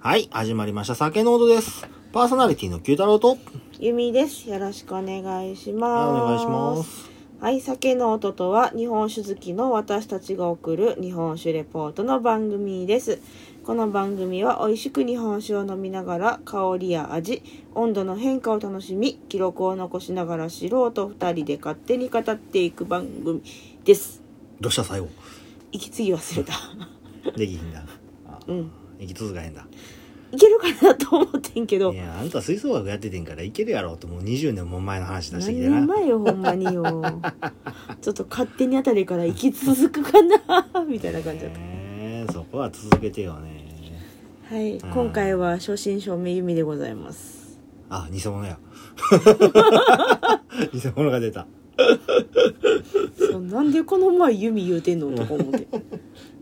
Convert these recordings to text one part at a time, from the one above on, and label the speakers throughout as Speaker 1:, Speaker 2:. Speaker 1: はい、始まりました。酒の音です。パーソナリティの九太郎と、
Speaker 2: ゆみです。よろしくお願いし
Speaker 1: はい
Speaker 2: ます。
Speaker 1: お願いします。
Speaker 2: はい、酒の音とは日本酒好きの私たちが送る日本酒レポートの番組です。この番組は美味しく日本酒を飲みながら香りや味、温度の変化を楽しみ、記録を残しながら素人二人で勝手に語っていく番組です。
Speaker 1: どうした最後。
Speaker 2: 息継ぎ忘 れた。
Speaker 1: できひんだ。あ
Speaker 2: うん。
Speaker 1: 生き続かへんだ。
Speaker 2: いけるかなと思ってんけど
Speaker 1: い。や、あんた吹奏楽やっててんからいけるやろってもう20年も前の話出して
Speaker 2: 何
Speaker 1: きてな。
Speaker 2: 年前よほんま によちょっと勝手にあたりから生き続くかな みたいな感じだっ
Speaker 1: えーそこは続けてよね。
Speaker 2: たはい今回は初心証明由美でございます
Speaker 1: あ、偽物や。 偽物が出た。
Speaker 2: そうなんでこの前由美言うてんのとか思って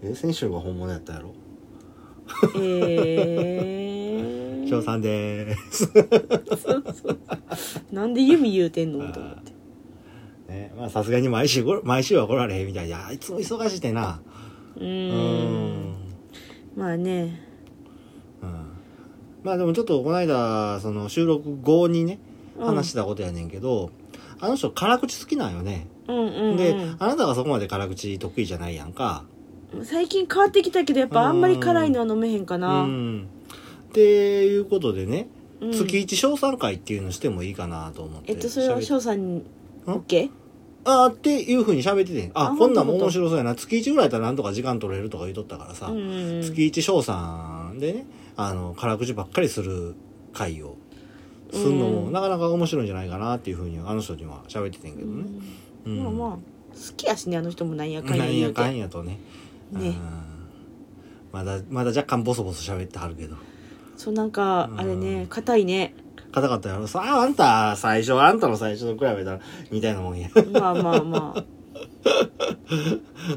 Speaker 1: え、先週が本物やったやろ
Speaker 2: え
Speaker 1: 翔
Speaker 2: ー、
Speaker 1: さんでーす。
Speaker 2: なんで由美言うてんのと思って
Speaker 1: ね、まあさすがに毎週ご、毎週は来られへんみたいで、あいつも忙しいてな。
Speaker 2: う
Speaker 1: う
Speaker 2: ーん
Speaker 1: ん。
Speaker 2: まあね
Speaker 1: うんまあでもちょっとこの間その収録後にね
Speaker 2: うん
Speaker 1: 話したことやねんけど、あの人辛口好きなんよね、
Speaker 2: うんうん、
Speaker 1: で
Speaker 2: う
Speaker 1: あなたがそこまで辛口得意じゃないやんか
Speaker 2: ん、最近変わってきたけどやっぱあんまり辛いのは飲めへんかな、
Speaker 1: うんっていうことでね、
Speaker 2: うん
Speaker 1: 月一賞賛会っていうのしてもいいかなと思って
Speaker 2: えっとそれは
Speaker 1: 喋っ
Speaker 2: 翔さんに OK?
Speaker 1: あーっていうふうに喋っててんあ
Speaker 2: あ
Speaker 1: こんなんも
Speaker 2: ほんと
Speaker 1: 面白そうやな月一ぐらいやったらなんとか時間取れるとか言うとったからさ、
Speaker 2: うんうんうん
Speaker 1: 月一賞賛でねあの辛口ばっかりする会をすんのも
Speaker 2: うん
Speaker 1: なかなか面白いんじゃないかなっていうふうにあの人には喋っててんけどね、うん
Speaker 2: まあまあ好きやしねあの人もなんやかん
Speaker 1: な
Speaker 2: や
Speaker 1: ん
Speaker 2: 言
Speaker 1: や
Speaker 2: う
Speaker 1: かん
Speaker 2: て
Speaker 1: やとね
Speaker 2: ね
Speaker 1: うんまだまだ若干ボソボソ喋ってはるけど
Speaker 2: そうなんか
Speaker 1: うん
Speaker 2: あれね硬いね
Speaker 1: 硬かったやろさああんた最初あんたの最初と比べたらみたいなもん や、
Speaker 2: まあまあま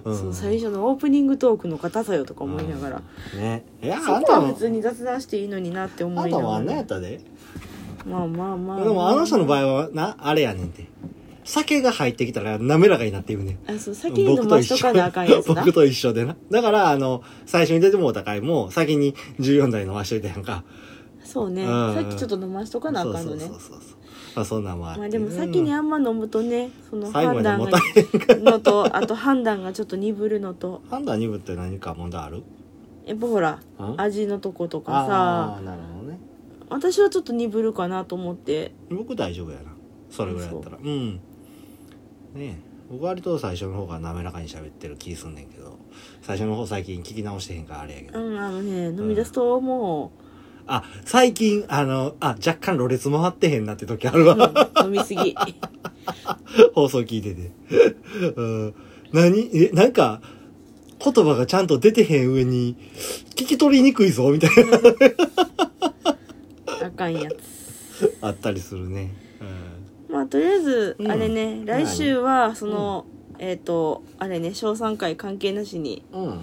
Speaker 1: う
Speaker 2: あ
Speaker 1: ん
Speaker 2: その最初のオープニングトークの硬さよとか思いながら
Speaker 1: ねいや
Speaker 2: そ
Speaker 1: あん
Speaker 2: こ
Speaker 1: た
Speaker 2: は普
Speaker 1: も
Speaker 2: 通に雑談していいのになって思
Speaker 1: あん
Speaker 2: い
Speaker 1: た
Speaker 2: な
Speaker 1: もあ
Speaker 2: が
Speaker 1: んなや
Speaker 2: ら
Speaker 1: ったで
Speaker 2: まあまあまあ
Speaker 1: でもあの人の場
Speaker 2: 合
Speaker 1: 合はなあれやねんて酒が入ってきたら滑らかになっていくねん
Speaker 2: あそう先に飲ましとかなあかんやつな
Speaker 1: 僕と一緒でな。だから、あの、最初に出てもうた回も、先に14台飲ましといたやんか。
Speaker 2: そうね
Speaker 1: うん
Speaker 2: さっきちょっと飲ましとかなあかんのね
Speaker 1: そうそうそうそう。まあ、そんなんもあって
Speaker 2: まあでも先に
Speaker 1: うん
Speaker 2: あんま飲むとねその
Speaker 1: 最後まで
Speaker 2: 判断
Speaker 1: も
Speaker 2: が
Speaker 1: たれん。
Speaker 2: のとあと判断がちょっと鈍るのと
Speaker 1: 判断鈍って何か問題ある
Speaker 2: やっぱほら
Speaker 1: うん
Speaker 2: 味のとことか
Speaker 1: あ
Speaker 2: さ
Speaker 1: あ、なるほどね。
Speaker 2: 私はちょっと鈍るかなと思って
Speaker 1: 僕大丈夫やな。それぐらいだったら。うん。ねえ。僕割と最初の方が滑らかに喋ってる気すんねんけど、最初の方最近聞き直してへんからあれやけ
Speaker 2: う
Speaker 1: ど。
Speaker 2: んあのね飲み出すとも
Speaker 1: あ、最近、あの、あ、若干ろれつ回ってへんなって時あるわ。
Speaker 2: う、飲み すぎ
Speaker 1: 放送聞いて て。うん、何え、なんか、言葉がちゃんと出てへん上に、聞き取りにくいぞ、みた いな。
Speaker 2: あかんやつ
Speaker 1: あったりするね。
Speaker 2: まあとりあえず、
Speaker 1: うん
Speaker 2: あれね来週はその、えっ、とあれね賞賛会関係なしに
Speaker 1: うん。うん。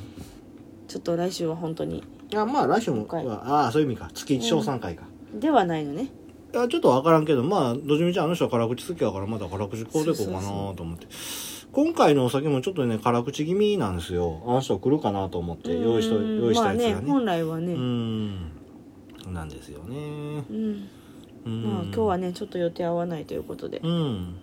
Speaker 2: ちょっと来週は本当に
Speaker 1: いや、まあ、来週も、
Speaker 2: 今回
Speaker 1: ああ、そういう意味か。月一賞賛会か。
Speaker 2: ではないのね
Speaker 1: いや、ちょっとわからんけど、まあ、どじみちゃんあの人は辛口好きやから、まだ辛口こうでこうかなと思って。今回のお酒もちょっとね、辛口気味なんですよ。あの人来るかなと思って、用意しと、
Speaker 2: うん
Speaker 1: 用意したやつ
Speaker 2: ま
Speaker 1: が
Speaker 2: あね
Speaker 1: ね。
Speaker 2: 本来は
Speaker 1: う
Speaker 2: ね
Speaker 1: ん。なんですよね。
Speaker 2: うん、
Speaker 1: うん。
Speaker 2: まあ今日はねちょっと予定合わないということで、
Speaker 1: うん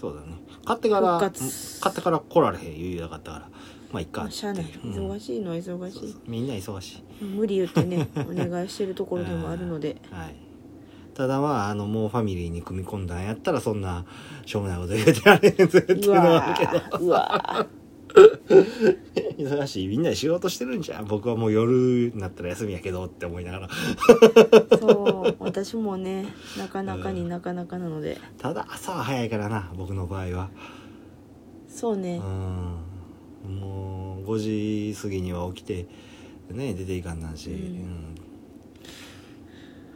Speaker 1: そうだね買ってから買
Speaker 2: 復活
Speaker 1: ってから来られへん余裕なかったからまあいっか
Speaker 2: ま
Speaker 1: っ
Speaker 2: あ、
Speaker 1: て
Speaker 2: しゃあない
Speaker 1: うん
Speaker 2: 忙しいのは忙しい
Speaker 1: そうそうみんな忙しい
Speaker 2: 無理言ってねお願いしてるところでもあるので
Speaker 1: はいただまああのもうファミリーに組み込んだんやったらそんなしょうもないこと 言うてられへんぜ っていうの
Speaker 2: う
Speaker 1: は
Speaker 2: わ
Speaker 1: あるけど
Speaker 2: ーうわ
Speaker 1: 忙しいみんなで仕事してるんじゃん僕はもう夜になったら休みやけどって思いながら
Speaker 2: ーそう私もねなかなかになかなかなので、
Speaker 1: ただ朝は早いからな僕の場合は
Speaker 2: そうね、
Speaker 1: うんもう5時過ぎには起きてね出ていかんなんし、う
Speaker 2: うんん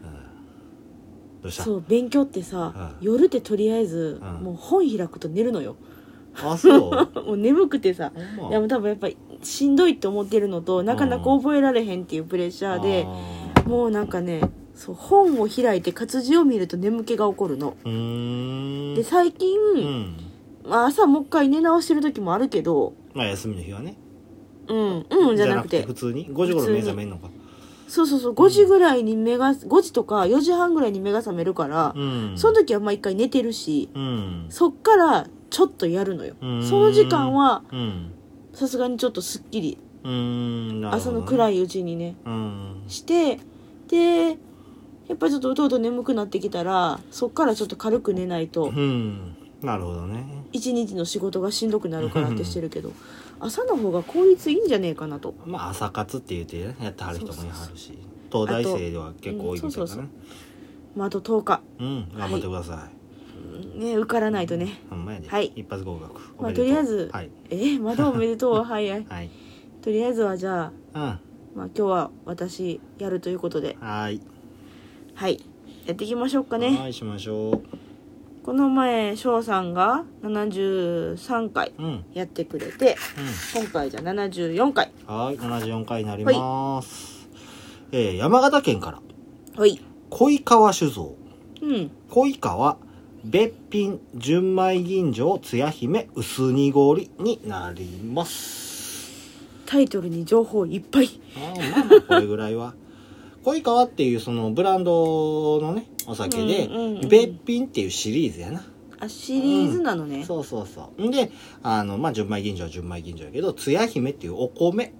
Speaker 1: うんどうした
Speaker 2: そう勉強ってさ、
Speaker 1: うん
Speaker 2: 夜ってとりあえず、
Speaker 1: うん
Speaker 2: もう本開くと寝るのよ
Speaker 1: あそう
Speaker 2: もう眠くてさ
Speaker 1: ほんま
Speaker 2: でも多分やっぱりしんどいって思ってるのとなかなか覚えられへんっていうプレッシャーで、
Speaker 1: あー
Speaker 2: もうなんかねそう本を開いて活字を見ると眠気が起こるの、
Speaker 1: うーん
Speaker 2: で最近、
Speaker 1: うん
Speaker 2: まあ、朝もう一回寝直してる時もあるけど
Speaker 1: まあ休みの日はね
Speaker 2: うんうんじゃなくて
Speaker 1: 普通に5時頃目覚めんのか
Speaker 2: そうそうそう5時ぐらいに目が5時とか4時半ぐらいに目が覚めるから、
Speaker 1: うん。
Speaker 2: その時はまあ一回寝てるし
Speaker 1: うん。
Speaker 2: そっからちょっとやるのよ
Speaker 1: うん
Speaker 2: その時間は
Speaker 1: うん。
Speaker 2: さすがにちょっとすっきり
Speaker 1: うん。なるほ
Speaker 2: 朝
Speaker 1: どね
Speaker 2: の暗。いうちにね
Speaker 1: うん。
Speaker 2: してでやっぱりちょっとうとうと眠くなってきたらそっからちょっと軽く寝ない と
Speaker 1: うん。なるほどね。
Speaker 2: 一日の仕事がしんどくなるからってしてるけど朝の方が効率いいんじゃねえかなと
Speaker 1: まあ朝活って言ってねやってはる人もいはるし東大生では結構多いみたい
Speaker 2: あと
Speaker 1: だね
Speaker 2: まああと10日、
Speaker 1: うん頑張ってくださ
Speaker 2: ね、受からないとね
Speaker 1: いほんまやで
Speaker 2: はい
Speaker 1: 一発合格お
Speaker 2: まあ
Speaker 1: めでう
Speaker 2: とりあえず
Speaker 1: はい
Speaker 2: えまだおめでとうはいはい
Speaker 1: はい
Speaker 2: とりあえずはじゃあ
Speaker 1: うんは
Speaker 2: まあ、今日は私やるということで、
Speaker 1: ーい
Speaker 2: はい、やっていきましょうか
Speaker 1: は
Speaker 2: ね。
Speaker 1: ーいしましょ
Speaker 2: この前、翔さんが73回
Speaker 1: ううんうん
Speaker 2: やってくれて、今回じゃ74回。
Speaker 1: はーい74回になりますえー山形県から
Speaker 2: はい。
Speaker 1: 恋川酒造
Speaker 2: うん。
Speaker 1: 恋川別品純米吟醸つや姫薄濁りになります
Speaker 2: タイトルに情報いっぱい。
Speaker 1: まあまあこれぐらいは。恋川っていうそのブランドのね、お酒で、
Speaker 2: うんうんうん
Speaker 1: 別品っていうシリーズやな。
Speaker 2: あ、シリーズなのね。
Speaker 1: そうそうそう。んで、あの、まあ、純米吟醸は純米吟醸やけど、つや姫っていうお米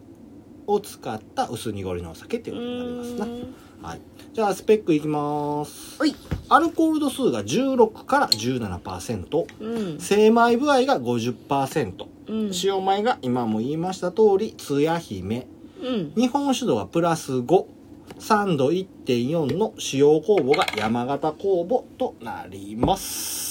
Speaker 1: を使った薄濁りのお酒っていううことになります
Speaker 2: ー
Speaker 1: な。
Speaker 2: ん。
Speaker 1: はい。じゃあ、スペックいきます。
Speaker 2: はい。
Speaker 1: アルコール度数が16から17%、
Speaker 2: うん。
Speaker 1: 精米具合が50%、
Speaker 2: うん。
Speaker 1: 塩米が今も言いました通り、つや姫、
Speaker 2: うん。
Speaker 1: 日本酒度はプラス5、酸度1.4の使用酵母が山形酵母となります。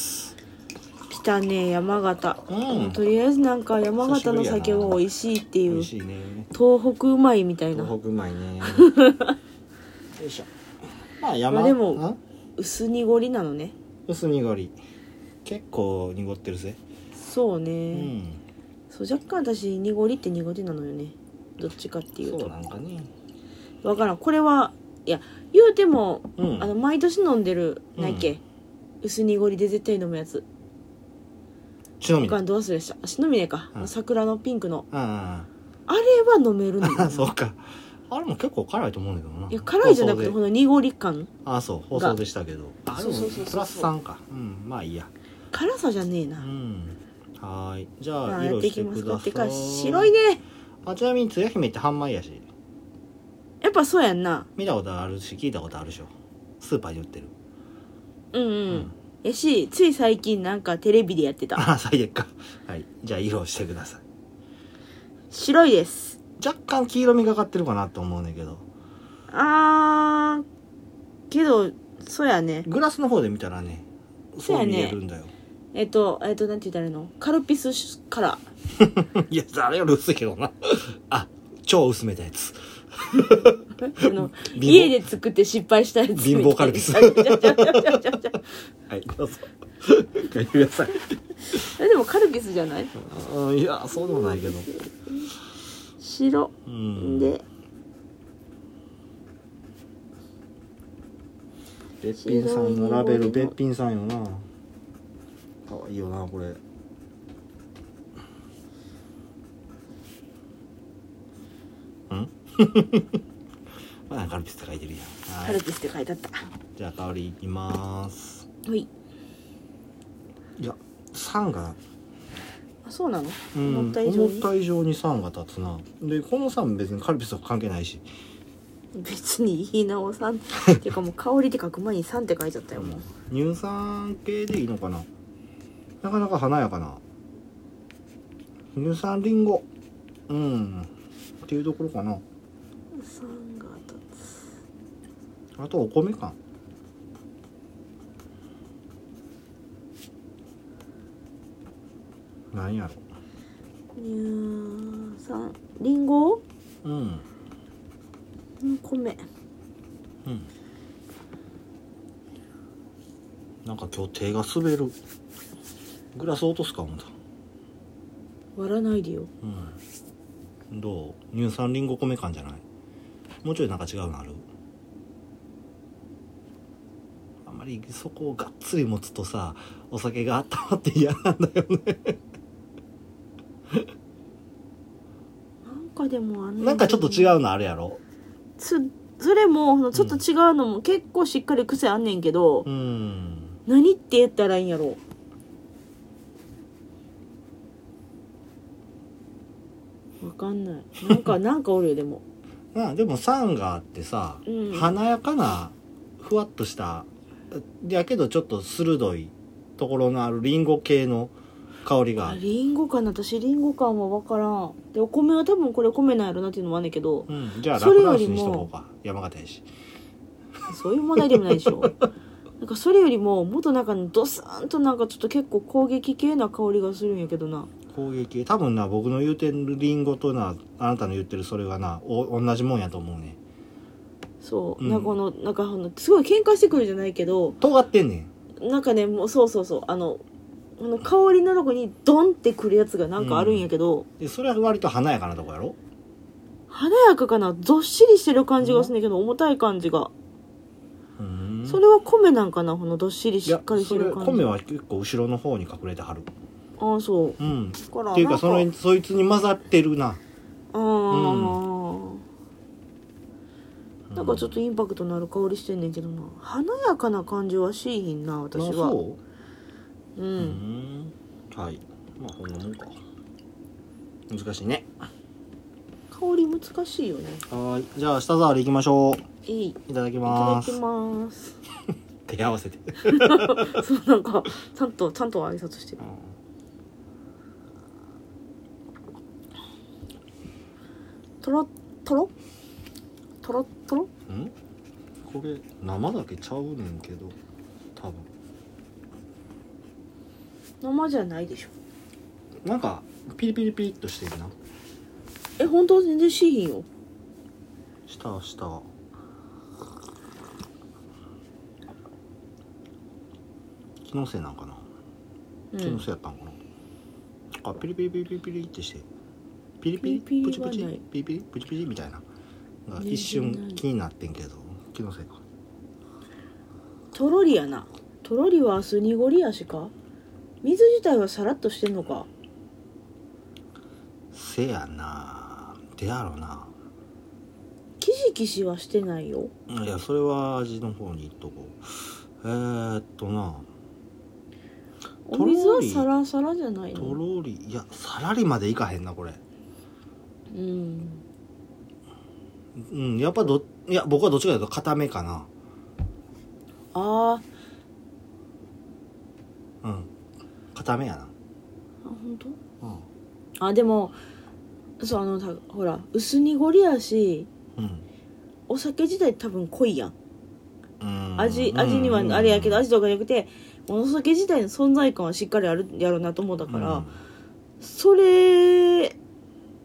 Speaker 2: 来たね、山形。
Speaker 1: うん
Speaker 2: とりあえずなんか山形の酒は美味しいって
Speaker 1: 美
Speaker 2: いう
Speaker 1: 味、しいね。
Speaker 2: 東北うまいみたいな。
Speaker 1: 東北うまい ね。よいしょ。まあ山、
Speaker 2: まあでも
Speaker 1: ん
Speaker 2: 薄濁りなのね。
Speaker 1: 薄濁り。結構濁ってるぜ。
Speaker 2: そうね。
Speaker 1: うん。
Speaker 2: そう若干私濁りって濁りなのよねどっちかっていう
Speaker 1: そう
Speaker 2: と
Speaker 1: なんかね。
Speaker 2: わからんこれはいや言うても、
Speaker 1: うん
Speaker 2: あの毎年飲んでる
Speaker 1: うん
Speaker 2: ないっけ、薄濁りで絶対飲むやつ
Speaker 1: ちなみ
Speaker 2: 僕
Speaker 1: に。
Speaker 2: はどう忘れしたしのみねか、
Speaker 1: うん
Speaker 2: 桜のピンクの
Speaker 1: あ
Speaker 2: あれは飲めるのよ
Speaker 1: あ、 そうか。あれも結構辛いと思うんだけどな。
Speaker 2: いや辛いじゃなくて
Speaker 1: 放
Speaker 2: こ
Speaker 1: 送で
Speaker 2: の濁り感
Speaker 1: ああ、そう。放送でしたけど。あれも
Speaker 2: そうそうそうそう
Speaker 1: プラス3か。うん。まあいいや。
Speaker 2: 辛さじゃねえな、
Speaker 1: うんはーいじ
Speaker 2: ま
Speaker 1: ゃ
Speaker 2: あ
Speaker 1: あ
Speaker 2: やっ
Speaker 1: 色
Speaker 2: てい
Speaker 1: し
Speaker 2: き
Speaker 1: て
Speaker 2: ます
Speaker 1: く
Speaker 2: か
Speaker 1: だ
Speaker 2: って
Speaker 1: さ
Speaker 2: か
Speaker 1: い
Speaker 2: 白いね
Speaker 1: あちなみにつや姫って半米やし
Speaker 2: やっぱそうやんな
Speaker 1: 見たことあるし聞いたことあるでしょスーパーに売ってる
Speaker 2: うんうん、
Speaker 1: うん
Speaker 2: やしつい最近なんかテレビでやっ てた
Speaker 1: あ最悪かはいじゃあ色をしてください
Speaker 2: 白いです
Speaker 1: 若干黄色みがかってるかなと思うねんだけど
Speaker 2: あーけどそうやね
Speaker 1: グラスの方で見たらね
Speaker 2: そう
Speaker 1: そ
Speaker 2: や
Speaker 1: う
Speaker 2: ね
Speaker 1: 見えるんだよ、
Speaker 2: えっと、えっと、なんて言ったらいいのカルピスカラ
Speaker 1: いやあれより薄いけどな あ超薄めたやつ
Speaker 2: ー。あの、
Speaker 1: 貧乏
Speaker 2: 家で作って失敗したやつみたいな。
Speaker 1: 貧乏カルピス
Speaker 2: ちゃうちゃうちゃうちゃうちゃうちゃう
Speaker 1: はいど うぞ書いてください
Speaker 2: えでもカルピスじゃない
Speaker 1: うんいやそうでもないけど
Speaker 2: 白。
Speaker 1: うん
Speaker 2: で、
Speaker 1: べっぴんさんのラベルべっぴんさんよなかわいいよなこれうん まあカルピスって書いてるやんは
Speaker 2: カル
Speaker 1: い
Speaker 2: ピスって書いてあった。
Speaker 1: じゃあ香りいきます
Speaker 2: はい。
Speaker 1: いや酸が、
Speaker 2: あ、そうなの
Speaker 1: うん、
Speaker 2: 思った以上
Speaker 1: 思っ
Speaker 2: に。
Speaker 1: た以上に酸が立つなでこの酸別にカルピスと関係ないし
Speaker 2: 別に言い直 さん。っていうかもう香りって書く前に酸って書いちゃったよ、もう。
Speaker 1: 乳酸系でいいのかななかなか華やかな乳酸リンゴうんっていうところかな
Speaker 2: 酸が立つ。
Speaker 1: あとお米感なんや
Speaker 2: 乳酸。リンゴ
Speaker 1: ろうん
Speaker 2: うん米。
Speaker 1: うんなんか今日手が滑るグラス落とすか思った
Speaker 2: 割らないでよ。
Speaker 1: うんどう乳酸リンゴ米感じゃないもうちょいなんか違うのあるあんまりそこをがっつり持つとさお酒が温まって嫌なんだよね
Speaker 2: なんかでもあん
Speaker 1: なんかちょっと違
Speaker 2: う。
Speaker 1: うのあるやろ
Speaker 2: つ、それもそのちょっと違うのも結構しっかり癖あんねんけど、
Speaker 1: うん
Speaker 2: 何って言ったらいいんやろわかんないなんかなんかおるよでも
Speaker 1: まあでも酸があってさ、
Speaker 2: うん
Speaker 1: 華やかなふわっとしたやけどちょっと鋭いところのあるリンゴ系の香りがあ
Speaker 2: あ
Speaker 1: る
Speaker 2: リンゴかな私リンゴ感はわからんでお米は多分これ米なんやろなっていうのもあんねん けど
Speaker 1: うん、じゃあラ
Speaker 2: そ
Speaker 1: フ
Speaker 2: れ
Speaker 1: ラ
Speaker 2: よ
Speaker 1: ンス
Speaker 2: りも
Speaker 1: にしとこうか山形やし
Speaker 2: そういう問題でもないでしょなんかそれよりももっとなんかドスーンとなんかちょっと結構攻撃系な香りがするんやけどな
Speaker 1: 攻撃多分な僕の言うてるリンゴとなあなたの言ってるそれがなお同じもんやと思うね
Speaker 2: そう、
Speaker 1: うん
Speaker 2: なんかこのなんかあのすごい喧嘩してくるじゃないけど
Speaker 1: 尖ってんねん
Speaker 2: なんかねもうそうそうそうあのあの香りのとこにドンってくるやつがなんかあるんやけど、
Speaker 1: でそれは割と華やかなとこやろ
Speaker 2: 華やかかなずっしりしてる感じがするんだけど、重たい感じが、
Speaker 1: うん
Speaker 2: それは米なんかなこのどっしり
Speaker 1: い
Speaker 2: し
Speaker 1: や
Speaker 2: っかりしてる感
Speaker 1: そ
Speaker 2: じ
Speaker 1: れ米は結構後ろの方に隠れてはる
Speaker 2: ああそう
Speaker 1: うんっ
Speaker 2: だから
Speaker 1: ていう
Speaker 2: な
Speaker 1: か
Speaker 2: ん
Speaker 1: そのそいつに混ざってるな
Speaker 2: あーなんかちょっとインパクトのある香りしてんねんけどな華やかな感じはしいひんな私
Speaker 1: あ
Speaker 2: は
Speaker 1: そうううんんはいまあこんなもんか難しいね
Speaker 2: 香り難しいよね
Speaker 1: はーいじゃあ舌触りいきましょう
Speaker 2: えいい
Speaker 1: いただき
Speaker 2: ただ
Speaker 1: ま
Speaker 2: き
Speaker 1: す
Speaker 2: ます
Speaker 1: 手合わせて
Speaker 2: そうなんかちゃんとちゃんと挨拶してるとろとろとろとろ
Speaker 1: うんこれ生だけちゃうねんけど多分
Speaker 2: 生じゃないでしょ
Speaker 1: なんかピリピリピリっとしてるな
Speaker 2: え本当全然しいひんよ
Speaker 1: 下下気のせいなんかな
Speaker 2: うん
Speaker 1: 気のせいやったんかな、あピリピリピリピリピリってしてピリピリ
Speaker 2: ピリ
Speaker 1: プ
Speaker 2: ピ
Speaker 1: チ
Speaker 2: リは
Speaker 1: プチ
Speaker 2: ない
Speaker 1: ピリピリプチプチみたいなが
Speaker 2: ね
Speaker 1: 一
Speaker 2: な
Speaker 1: 瞬
Speaker 2: い
Speaker 1: 気になってんけど気のせいか
Speaker 2: とろりやなとろりは明日濁りやしか水自体はさらっとしてんのか
Speaker 1: せやなでやろな
Speaker 2: キシキシはしてないよ
Speaker 1: いやそれは味の方にいっとこうえー、っとな
Speaker 2: お水は
Speaker 1: とろり
Speaker 2: サラサラじゃない
Speaker 1: と
Speaker 2: の
Speaker 1: ろりいやさらりまでいかへんなこれ
Speaker 2: うん
Speaker 1: うんやっぱどいや僕はどっちかというと固めかな
Speaker 2: あーあ
Speaker 1: うん固めやな
Speaker 2: 本
Speaker 1: うん
Speaker 2: 当あでもそうあのたほら薄濁りやし
Speaker 1: うん
Speaker 2: お酒自体多分濃いやん
Speaker 1: うん
Speaker 2: 味
Speaker 1: うん
Speaker 2: 味にはあれやけど
Speaker 1: うん
Speaker 2: 味とかじゃなくてお酒自体の存在感はしっかりあるやろうなと思うだから、
Speaker 1: うん
Speaker 2: それ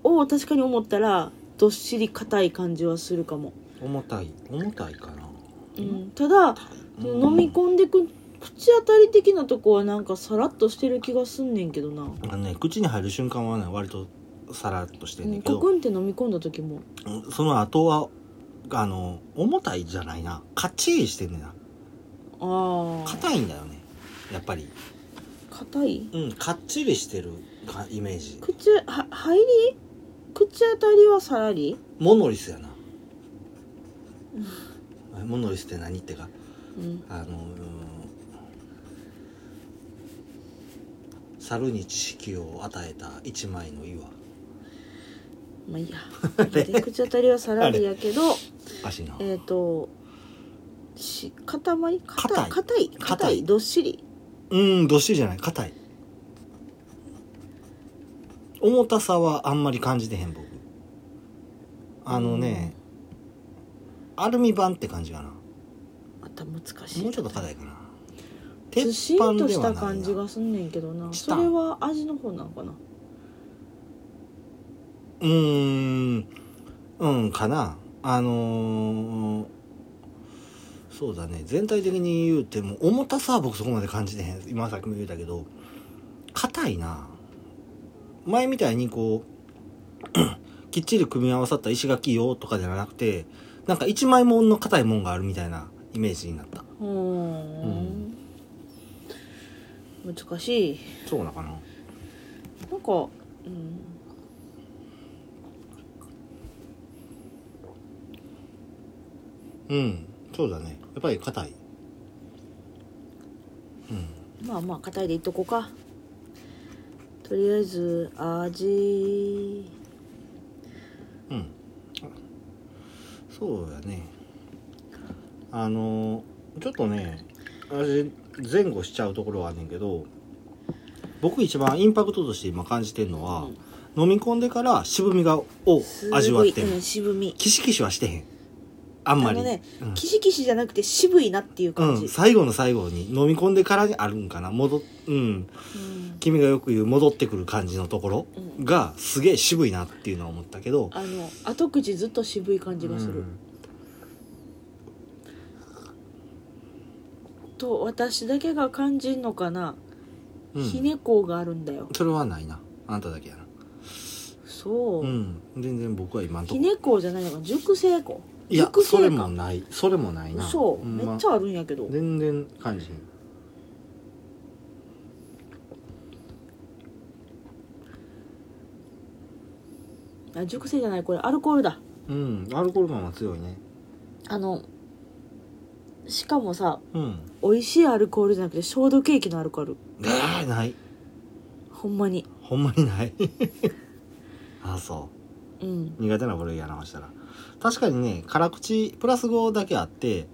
Speaker 2: を確かに思ったらどっしり硬い感じはするかも、
Speaker 1: 重たい重たいかな
Speaker 2: うん、ただ、
Speaker 1: うん
Speaker 2: 飲み込んでく口当たり的なとこはなんかさらっとしてる気がすんねんけどな、
Speaker 1: あのね口に入る瞬間はね割とさらっとして
Speaker 2: うん
Speaker 1: だ
Speaker 2: ん、
Speaker 1: け
Speaker 2: コ
Speaker 1: ど
Speaker 2: クンって飲み込んだ時も
Speaker 1: うんその後はあの重たいじゃないなカッチリしてんねんな
Speaker 2: ああ
Speaker 1: 硬いんだよねやっぱり
Speaker 2: 硬い
Speaker 1: うんかっちりしてるかイメージ
Speaker 2: 口は入り口当たりはさらり
Speaker 1: モノリスやなモノリスって何ってか
Speaker 2: うん
Speaker 1: あのうん猿に知識を与えた一枚の岩
Speaker 2: ま あいいやで口当たりはさらりやけど
Speaker 1: おかしいな
Speaker 2: えっ、とし塊
Speaker 1: 硬
Speaker 2: 硬
Speaker 1: い
Speaker 2: い硬い
Speaker 1: 硬
Speaker 2: 硬
Speaker 1: い
Speaker 2: いどっしり
Speaker 1: うんどっしりじゃない硬い重たさはあんまり感じてへん僕あのね、アルミ板って感じかな
Speaker 2: また難しい
Speaker 1: もうちょっと硬いかな
Speaker 2: ずしんとした感じ
Speaker 1: な
Speaker 2: がすんねんけどな
Speaker 1: した
Speaker 2: それは味の方なのかな
Speaker 1: うーん、うん、かな。あのーそうだね。全体的に言うても、重たさは僕そこまで感じてへん。今さっきも言うたけど、硬いな。前みたいにこう、 きっちり組み合わさった石垣用とかじゃなくて、なんか一枚もんの硬いもんがあるみたいなイメージになった。
Speaker 2: うーん難しい
Speaker 1: そうなのかな。
Speaker 2: なんかうん
Speaker 1: うんそうだねやっぱり硬い
Speaker 2: まあまあ硬いでいっとこうかとりあえず味
Speaker 1: うんそうやねあのちょっとね私前後しちゃうところはあんねんけど僕一番インパクトとして今感じてるのは、飲み込んでから渋みがを
Speaker 2: す
Speaker 1: 味わ
Speaker 2: ご
Speaker 1: っ
Speaker 2: い、
Speaker 1: てる、
Speaker 2: うん、渋み
Speaker 1: キシキシはしてへんあん
Speaker 2: あ
Speaker 1: まり
Speaker 2: のね、
Speaker 1: うん
Speaker 2: キシキシじゃなくて渋いなっていう感
Speaker 1: う
Speaker 2: じ、
Speaker 1: ん、最後の最後に飲み込んでからにあるんかな戻っうん
Speaker 2: うん
Speaker 1: 君がよく言う戻ってくる感じのところがすげえ渋いなっていうのは思ったけど
Speaker 2: あの後口ずっと渋い感じがする、と私だけが感じんのかな、
Speaker 1: うん、
Speaker 2: ひねこうがあるんだよ
Speaker 1: それはないなあんただけやな
Speaker 2: そう、
Speaker 1: うん全然僕は今んと
Speaker 2: ひ
Speaker 1: こ
Speaker 2: ねこうじゃないのか熟成こう
Speaker 1: いや
Speaker 2: 熟
Speaker 1: それ
Speaker 2: 成
Speaker 1: も
Speaker 2: 感
Speaker 1: ないそれもないな
Speaker 2: そう、
Speaker 1: うん
Speaker 2: めっちゃあるんやけど
Speaker 1: 全然感じひん
Speaker 2: あ熟成じゃないこれアルコールだ
Speaker 1: うんアルコール感は強いね
Speaker 2: あのしかもさ
Speaker 1: うん
Speaker 2: 美味しいアルコールじゃなくて消毒液のアルコール
Speaker 1: えー、ない
Speaker 2: ほんまに
Speaker 1: ほんまにない あそう
Speaker 2: うん
Speaker 1: 苦手な部類やなしたら確かにね辛口プラス5だけあって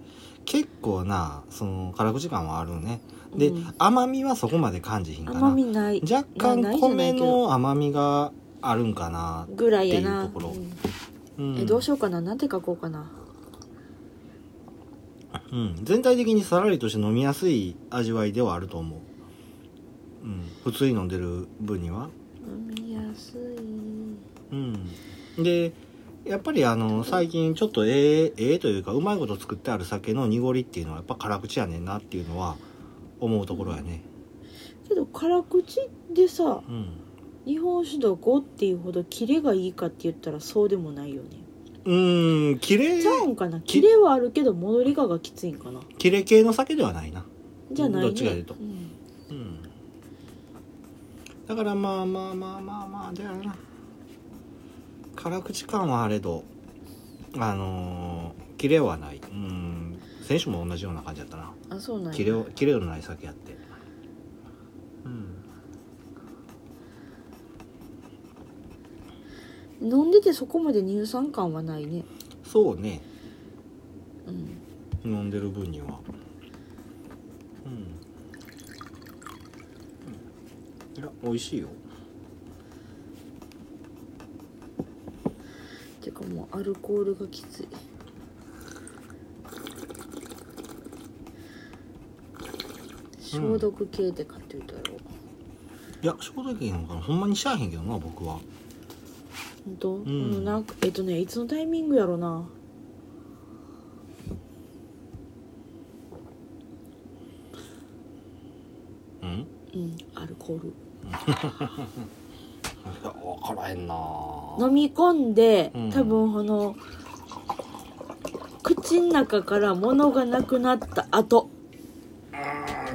Speaker 1: 結構なその辛口感はあるねで、
Speaker 2: うん
Speaker 1: 甘みはそこまで感じひんかな
Speaker 2: 甘みない
Speaker 1: 若干
Speaker 2: なないじゃな
Speaker 1: 米
Speaker 2: いけど
Speaker 1: の甘みがあるんかな
Speaker 2: ぐらいや
Speaker 1: っ
Speaker 2: な
Speaker 1: ていうところ
Speaker 2: うん
Speaker 1: うん
Speaker 2: えどうしようかななんて書こうかな
Speaker 1: うん、全体的にさらりとして飲みやすい味わいではあると思う、うん、普通に飲んでる分には
Speaker 2: 飲みやすい
Speaker 1: うんでやっぱりあの最近ちょっとええええというかうまいこと作ってある酒の濁りっていうのはやっぱ辛口やねんなっていうのは思うところやね
Speaker 2: けど辛口でさ
Speaker 1: うん、
Speaker 2: 日本酒度5っていうほどキレがいいかって言ったらそうでもないよね
Speaker 1: うーんキレ
Speaker 2: ちゃうんかなキレはあるけど戻りががきついんかな
Speaker 1: キレ系の酒ではないな
Speaker 2: じゃないね
Speaker 1: どっちがいいと
Speaker 2: ん
Speaker 1: うんだからまあまあまあまあまあだよな辛口感はあれどあのー、キレはないうん選手も同じような感じだったな
Speaker 2: あそうなんや
Speaker 1: キレをキレのない酒やってうん
Speaker 2: 飲んでてそこまで乳酸感はないね
Speaker 1: そうね
Speaker 2: うん
Speaker 1: 飲んでる分にはうんいや美味しいよ
Speaker 2: てかもうアルコールがきつい消毒系って買ってるだろう、
Speaker 1: いや消毒液なんかほんまにしゃあへんけどな僕は
Speaker 2: ほんと、うんん、なんかえっとねいつのタイミングやろな
Speaker 1: うん
Speaker 2: うんアルコール
Speaker 1: いや分からへんな
Speaker 2: 飲み込んで、
Speaker 1: うん
Speaker 2: 多分この口の中から物がなくなった後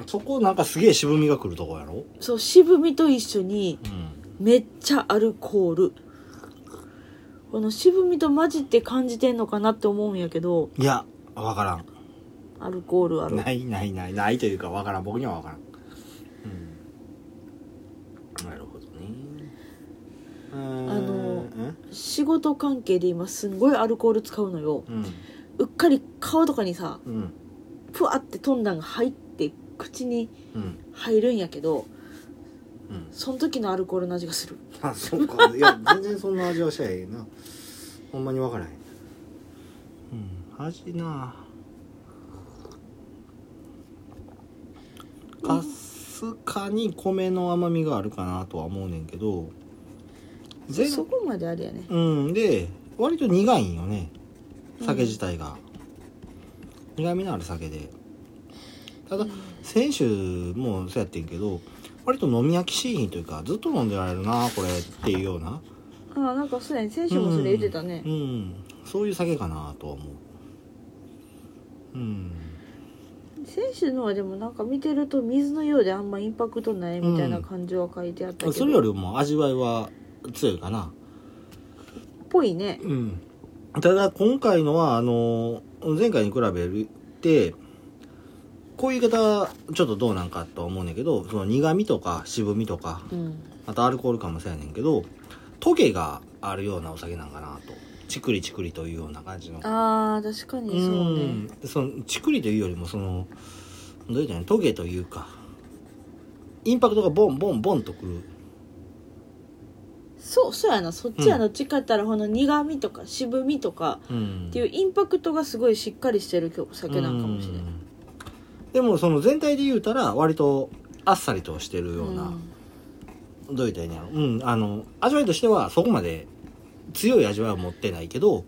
Speaker 1: そこなんかすげえ渋みがくるとこやろ
Speaker 2: そう渋みと一緒に
Speaker 1: うん
Speaker 2: めっちゃアルコールこの渋みと混じって感じてんのかなって思うんやけど
Speaker 1: いや分からん
Speaker 2: アルコールある
Speaker 1: ないないないないというか分からん僕には分からん、うん、なるほどねあ
Speaker 2: あの仕事関係で今すんごいアルコール使うのよ
Speaker 1: うん
Speaker 2: うっかり顔とかにさ
Speaker 1: うん
Speaker 2: プワって飛んだんが入って口に
Speaker 1: うん
Speaker 2: 入るんやけど
Speaker 1: うん
Speaker 2: その時のアルコールの味がする
Speaker 1: あそうかいや全然そんな味はしないなほんまに分からへんうん味なあかすかに米の甘みがあるかなとは思うねんけど全
Speaker 2: そこまであれやね
Speaker 1: うんで割と苦いんよね酒自体が、苦みのある酒でただ先週もそうやってんけど割と飲み飽きしい品というかずっと飲んでられるなこれっていうような
Speaker 2: あなんかすでに選手もそれ言ってたね
Speaker 1: うん、うんそういう酒かなとは思ううん
Speaker 2: 選手のはでもなんか見てると水のようであんまインパクトないみたいな感じは書いてあったけど、
Speaker 1: それよりも味わいは強いかな
Speaker 2: っぽいね
Speaker 1: うんただ今回のはあの前回に比べてこういう言い方ちょっとどうなんかとは思うねんけどその苦味とか渋みとか
Speaker 2: うん
Speaker 1: あとアルコール感もそうやねんけどトゲがあるようなお酒なんかなとチクリチクリというような感じの
Speaker 2: あー確かにそうね
Speaker 1: んそのチクリというよりもそのどういうのトゲというかインパクトがボンボンボンとくる
Speaker 2: そうそうやなそっちはどっちかやったらこの苦みとか渋みとか
Speaker 1: うん
Speaker 2: っていうインパクトがすごいしっかりしてるお酒なんかもしれない
Speaker 1: うんでもその全体で言うたら割とあっさりとしてるような、どう言ったらいいんやろうんあの味わいとしてはそこまで強い味わいは持ってないけど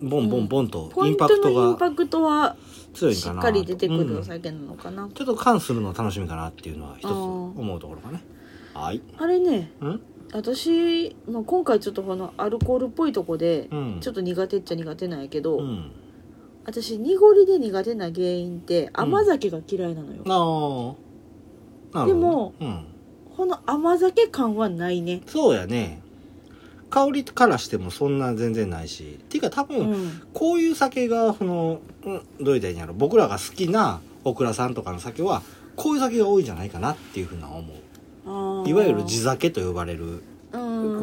Speaker 1: ボンボンボンと
Speaker 2: ポ
Speaker 1: イ
Speaker 2: イ
Speaker 1: ン
Speaker 2: ン
Speaker 1: パ
Speaker 2: ト
Speaker 1: ク
Speaker 2: のイ
Speaker 1: ト
Speaker 2: ン
Speaker 1: が
Speaker 2: パクトは
Speaker 1: 強いん
Speaker 2: し
Speaker 1: かな
Speaker 2: っかり出てくる
Speaker 1: う
Speaker 2: お
Speaker 1: ん
Speaker 2: 酒なのかな、
Speaker 1: ちょっと缶するの楽しみかなっていうのは一つ
Speaker 2: あー
Speaker 1: 思うところかねはい
Speaker 2: あれね
Speaker 1: うん
Speaker 2: 私、まあ、今回ちょっとこのアルコールっぽいとこで
Speaker 1: うん
Speaker 2: ちょっと苦手っちゃ苦手なんやけど、
Speaker 1: うん
Speaker 2: 私濁りで苦手な原因って甘酒が嫌いなのよ、
Speaker 1: あーなるほど
Speaker 2: でも
Speaker 1: うん、
Speaker 2: この甘酒感はないね
Speaker 1: そうやね香りからしてもそんな全然ないしっていうか多分、
Speaker 2: うん
Speaker 1: こういう酒が、その、うん、どういったらいいんやろ、僕らが好きなオクラさんとかの酒は、こういう酒が多いんじゃないかなっていうふうな思
Speaker 2: あー
Speaker 1: う。いわゆる地酒と呼ばれる、
Speaker 2: うん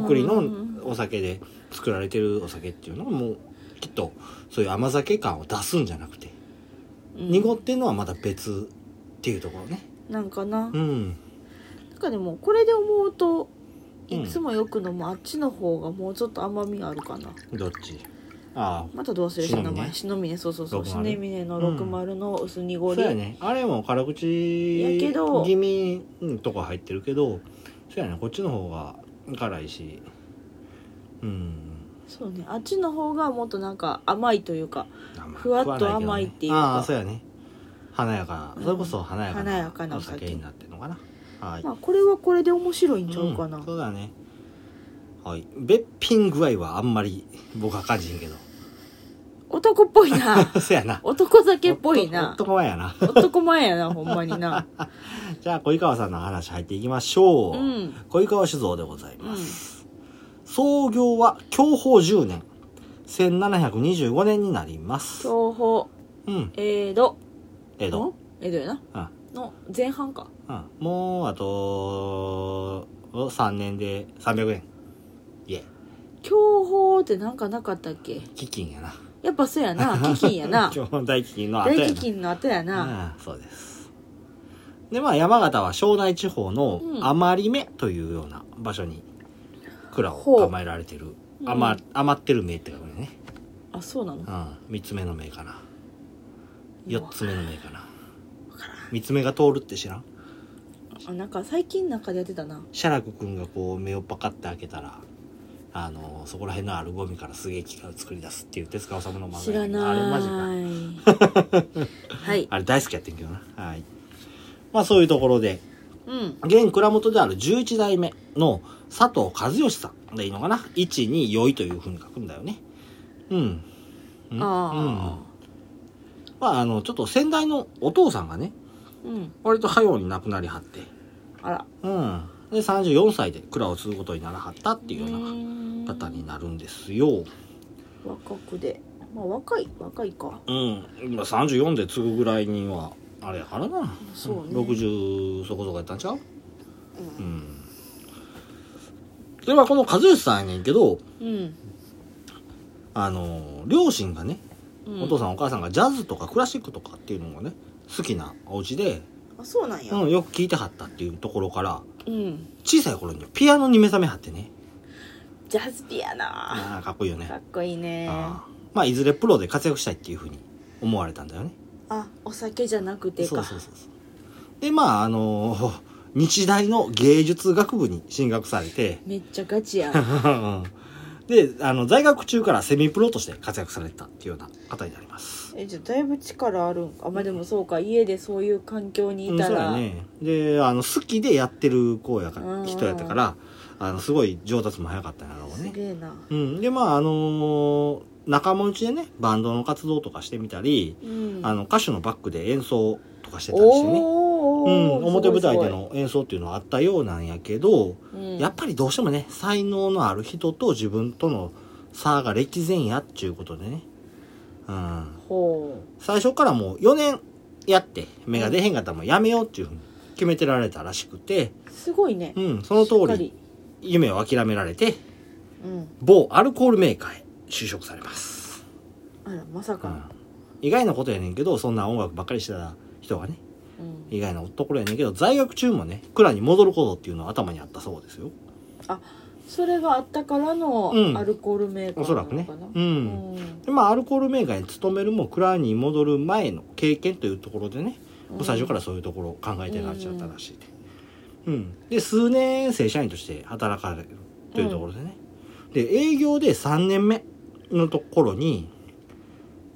Speaker 1: くくりのお酒で作られてるお酒っていうのはもう、きっと、そういう甘酒感を出すんじゃなくて、
Speaker 2: うん
Speaker 1: 濁ってるのはまた別っていうところね。
Speaker 2: なんかな
Speaker 1: うん。
Speaker 2: なんかでもこれで思うと
Speaker 1: うん
Speaker 2: いつもよく飲むあっちの方がもうちょっと甘みあるかな
Speaker 1: どっちああ。
Speaker 2: またどうする
Speaker 1: シノ
Speaker 2: 名
Speaker 1: ミネ
Speaker 2: 前シノミネそうそうそうシノ
Speaker 1: 60
Speaker 2: ミネの60の薄
Speaker 1: そ
Speaker 2: 濁
Speaker 1: う
Speaker 2: り、
Speaker 1: やね。あれも辛口
Speaker 2: やけど
Speaker 1: 気味のとこ入ってるけど、そうやね。こっちの方が辛いし。うん。
Speaker 2: そうねあっちの方がもっとなんか甘いというかふ
Speaker 1: ふ
Speaker 2: わっと甘いっていうか
Speaker 1: ああそうやね華やかなそれこそ華やかな
Speaker 2: 華やかな
Speaker 1: お
Speaker 2: お酒
Speaker 1: 酒になってるのかなはい、
Speaker 2: まあこれはこれで面白いんちゃうかな、
Speaker 1: んそうだねはいべっぴん具合はあんまり僕は感じへんけど
Speaker 2: 男っぽいな
Speaker 1: そやな
Speaker 2: 男酒っぽいな
Speaker 1: 男前やな
Speaker 2: 男前やなほんまにな
Speaker 1: じゃあ小井川さんの話入っていきましょう、
Speaker 2: うん
Speaker 1: 小井川酒造でございます、創業は享保10年1725年になります
Speaker 2: 東宝
Speaker 1: うん
Speaker 2: 江戸
Speaker 1: 江戸
Speaker 2: の江戸やな
Speaker 1: うん
Speaker 2: の前半か
Speaker 1: うん、もうあと3年で300円いえ
Speaker 2: 享保ってなんかなかったっけ
Speaker 1: 基金やな
Speaker 2: やっぱそう やな基金やな
Speaker 1: 基本大基金の後や
Speaker 2: 大
Speaker 1: な
Speaker 2: 基金の後やな
Speaker 1: うんそうですでまあ山形は庄内地方の
Speaker 2: うん
Speaker 1: 余り目というような場所に蔵を
Speaker 2: ほう
Speaker 1: 構えられてる、
Speaker 2: うん
Speaker 1: 余余ってる目って書くね、
Speaker 2: あそうなの
Speaker 1: うん、3つ目の目かな
Speaker 2: うわ
Speaker 1: 4つ目の目かな3つ目が通るって知らん
Speaker 2: あなんか最近なんかでやってたな
Speaker 1: 写楽くんがこう目をパカッて開けたらあのそこら辺のアルゴミからすげえ機械を作り出すっていう手塚治虫の漫画
Speaker 2: 知ら
Speaker 1: あれマ
Speaker 2: な
Speaker 1: ジか
Speaker 2: いはい
Speaker 1: あれ大好きやってんけどなはいまあそういうところで
Speaker 2: うん
Speaker 1: 現蔵元である11代目の佐藤和義さんでいいのかな1に良いというふうに書くんだよねうんうんう
Speaker 2: あ
Speaker 1: んまああのちょっと先代のお父さんがね
Speaker 2: あうん
Speaker 1: 割と早うに亡くなりはって
Speaker 2: あら
Speaker 1: うんで34歳で蔵を継ぐことにならはったっていうような
Speaker 2: うーん
Speaker 1: 方になるんですよ。
Speaker 2: 若くでまあ若い若いか
Speaker 1: うん。今34で継ぐぐらいには、あれやからな。
Speaker 2: そうね
Speaker 1: 60そこそこやったんちゃううん。で、まあこの和義さんやねんけど、
Speaker 2: うん、
Speaker 1: あの、両親がね、
Speaker 2: うん、
Speaker 1: お父さんお母さんがジャズとかクラシックとかっていうのがね、好きなお家で、
Speaker 2: あそうなんや
Speaker 1: うん、よく聴いてはったっていうところから、
Speaker 2: うん
Speaker 1: 小さい頃にはピアノに目覚めはってね。
Speaker 2: ジャズピアな
Speaker 1: ああ、かっこいい よね。
Speaker 2: かっこいいね
Speaker 1: あ
Speaker 2: あ
Speaker 1: あまあ、いずれプロで活躍したいっていうふうに思われたんだよね。
Speaker 2: お酒じゃなくてか
Speaker 1: そうそうそうそうでまああの 日大の芸術学部に進学されて
Speaker 2: めっちゃガチや
Speaker 1: であの在学中からセミプロとして活躍されてたっていうような方になります
Speaker 2: えじゃあだいぶ力あるんかあまあでもそうか家でそういう環境に
Speaker 1: う
Speaker 2: い
Speaker 1: ん
Speaker 2: た
Speaker 1: そう
Speaker 2: ら、
Speaker 1: やねであの好きでやってる子やか
Speaker 2: うんう
Speaker 1: ら
Speaker 2: ん
Speaker 1: 人やったからあのすごい上達も早かったんやろう
Speaker 2: す
Speaker 1: ね
Speaker 2: げえな
Speaker 1: うんでまああの仲間内でねバンドの活動とかしてみたり、
Speaker 2: うん
Speaker 1: あの歌手のバックで演奏とかしてたりしてね
Speaker 2: お
Speaker 1: う
Speaker 2: ー
Speaker 1: ん
Speaker 2: おー、
Speaker 1: 表舞台です
Speaker 2: ごい
Speaker 1: の演奏っていうのはあったようなんやけど、
Speaker 2: すごいうん
Speaker 1: やっぱりどうしてもね才能のある人と自分との差が歴然やっちゅうことでねうん、
Speaker 2: ほ
Speaker 1: 最初からもう4年やって芽が出へんかったらもうやめようっていうふうに決めてられたらしくて、
Speaker 2: うすごいね
Speaker 1: うん、その通
Speaker 2: しっか
Speaker 1: り夢を諦められて
Speaker 2: うん
Speaker 1: 某アルコールメーカーへ就職されます、
Speaker 2: あらまさ
Speaker 1: う
Speaker 2: か
Speaker 1: ん
Speaker 2: の、
Speaker 1: 意外なことやねんけどそんな音楽ばっかりしてた人がね
Speaker 2: うん
Speaker 1: 意外なところやねんけど在学中もね蔵に戻ることっていうのは頭にあったそうですよ
Speaker 2: それがあったからの
Speaker 1: うん
Speaker 2: アルコールメーカー
Speaker 1: おそらくね
Speaker 2: なの
Speaker 1: う
Speaker 2: かなうん
Speaker 1: でまあアルコールメーカーに勤めるも蔵に戻る前の経験というところでね、もう最初かららそういうところを考えてらっしゃったらしいで、うんで数年正社員として働かれるというところでね、で営業で3年目のところに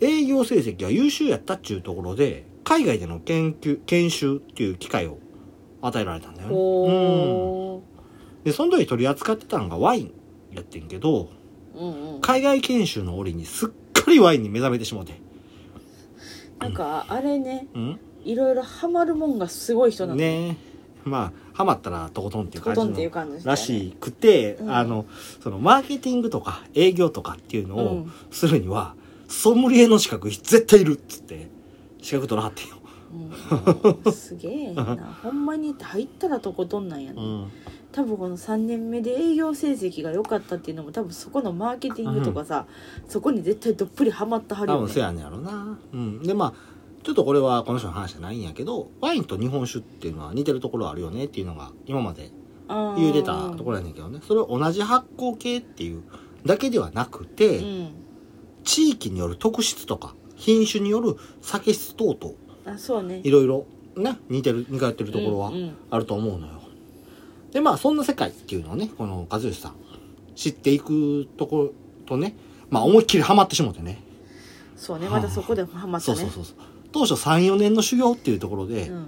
Speaker 1: 営業成績が優秀やったっていうところで海外での研究研修っていう機会を与えられたんだよね、うん、
Speaker 2: おー
Speaker 1: でその時取り扱ってたのがワインやってんけど
Speaker 2: うんうん
Speaker 1: 海外研修の折にすっかりワインに目覚めてしもうて
Speaker 2: なんかあれね
Speaker 1: うん
Speaker 2: いろいろハマるもんがすごい人なの
Speaker 1: ねまあハマったらとことんっていう
Speaker 2: ほ
Speaker 1: 感
Speaker 2: とんってい
Speaker 1: じ
Speaker 2: う
Speaker 1: の
Speaker 2: 感じでしたね
Speaker 1: らしくて、
Speaker 2: うん
Speaker 1: あのそのマーケティングとか営業とかっていうの
Speaker 2: う
Speaker 1: を
Speaker 2: ん
Speaker 1: するには、ソムリエの資格絶対いるっつって資格取らはってんよ、
Speaker 2: うんすげえなほんまに入ったらとことんなんやね、多分この3年目で営業成績が良かったっていうのも多分そこのマーケティングとかさ、そこに絶対どっぷりハマったはる
Speaker 1: 多
Speaker 2: よ
Speaker 1: 分
Speaker 2: ね
Speaker 1: そうやねんやろな、うん、でまあちょっとこれはこの人の話じゃないんやけどワインと日本酒っていうのは似てるところあるよねっていうのが今まで
Speaker 2: あー
Speaker 1: 言うてたところやねんけどねそれを同じ発酵系っていうだけではなくて、
Speaker 2: うん
Speaker 1: 地域による特質とか品種による酒質等々
Speaker 2: あそうね
Speaker 1: いろいろね似てる似通ってるところは
Speaker 2: うんうん
Speaker 1: あると思うのよ、でまあそんな世界っていうのをねこの和義さん知っていくとことねまあ思いっきりハマってしもうてね
Speaker 2: そうねまたそこでハマった
Speaker 1: そう
Speaker 2: ね
Speaker 1: そうそうそう当初34年の修行っていうところで、
Speaker 2: うん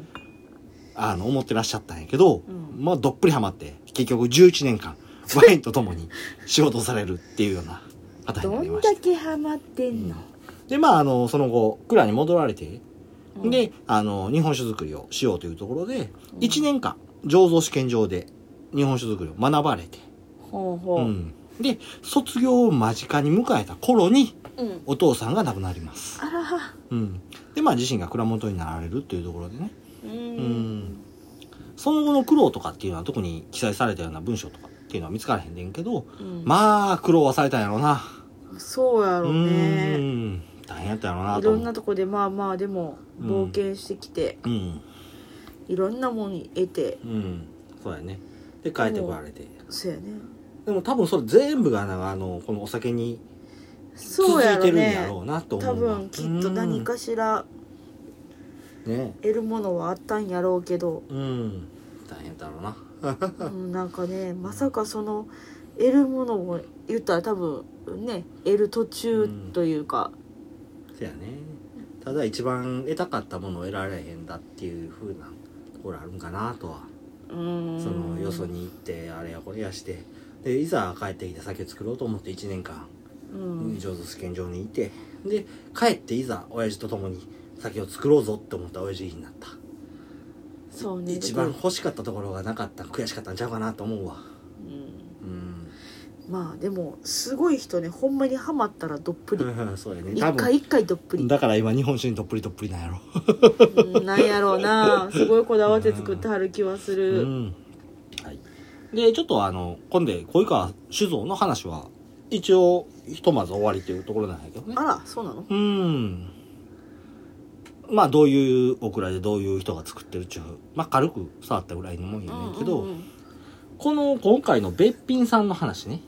Speaker 1: あの思ってらっしゃったんやけど、
Speaker 2: うん
Speaker 1: まあどっぷりハマって結局11年 間ワインと共に仕事をされるっていうような方にな
Speaker 2: ど
Speaker 1: り
Speaker 2: ん
Speaker 1: ました
Speaker 2: だけハマってんの、
Speaker 1: でまああのその後蔵に戻られて、
Speaker 2: うん
Speaker 1: であの日本酒造りをしようというところで、
Speaker 2: うん
Speaker 1: 1年間醸造試験場で日本酒造りを学ばれて、
Speaker 2: ほうほう、
Speaker 1: う
Speaker 2: うん
Speaker 1: んで卒業を間近に迎えた頃にお父さんが亡くなります、
Speaker 2: あらは
Speaker 1: うん、でまあ自身が蔵元になられるというところでね
Speaker 2: う
Speaker 1: うんんその後の苦労とかっていうのは特に記載されたような文章とかっていうのは見つからへんねんけど
Speaker 2: うん
Speaker 1: まあ苦労はされたんやろうな
Speaker 2: そうやろう
Speaker 1: う
Speaker 2: ね
Speaker 1: ん大変やったんやろうないと
Speaker 2: ろ
Speaker 1: 思うん
Speaker 2: なとこでまあまあでも冒険してきて、
Speaker 1: うん
Speaker 2: いろんなもんに得て
Speaker 1: うんそうやねで帰ってこられて
Speaker 2: そうやね
Speaker 1: でも多分それ全部がなんかあのこのお酒に続
Speaker 2: そうや
Speaker 1: い
Speaker 2: ろ
Speaker 1: てるん
Speaker 2: ね
Speaker 1: やろうなと思
Speaker 2: 多
Speaker 1: うわ
Speaker 2: 分きっと何かしら
Speaker 1: うんね
Speaker 2: 得るものはあったんやろうけど、
Speaker 1: うん大変だろうな
Speaker 2: うん、なんかねまさかその得るものを言ったら多分ね得る途中というか、
Speaker 1: せやねただ一番得たかったものを得られへんだっていう風なところあるんかなとは
Speaker 2: うん、
Speaker 1: そのよそに行ってあれやこれやしてでいざ帰ってきて酒作ろうと思って1年間
Speaker 2: うん、
Speaker 1: 上手試験場にいてで帰っていざ親父と共に酒を作ろうぞって思った親父になった
Speaker 2: そうね
Speaker 1: 一番
Speaker 2: だか
Speaker 1: 欲しかったところがなかった悔しかったんちゃうかなと思うわ
Speaker 2: らうん
Speaker 1: うん
Speaker 2: まあでもすごい人ねほんまにハマったらどっぷり
Speaker 1: そうやね多
Speaker 2: 一回
Speaker 1: 分
Speaker 2: 一回どっぷり
Speaker 1: だから今日本酒にどっぷりどっぷりなんやろ
Speaker 2: うんなんやろうなすごいこだわって作ってはる気はす
Speaker 1: う
Speaker 2: る、
Speaker 1: んはいでちょっとあの今度小井川酒造の話は一応ひとまず終わりというところなんやけどね
Speaker 2: あらそうなの
Speaker 1: うんまあどういうお蔵でどういう人が作ってるっちゅうまあ軽く触ったぐらいのもんやねんけど、
Speaker 2: うんうんうん
Speaker 1: この今回のべっぴんさんの話ね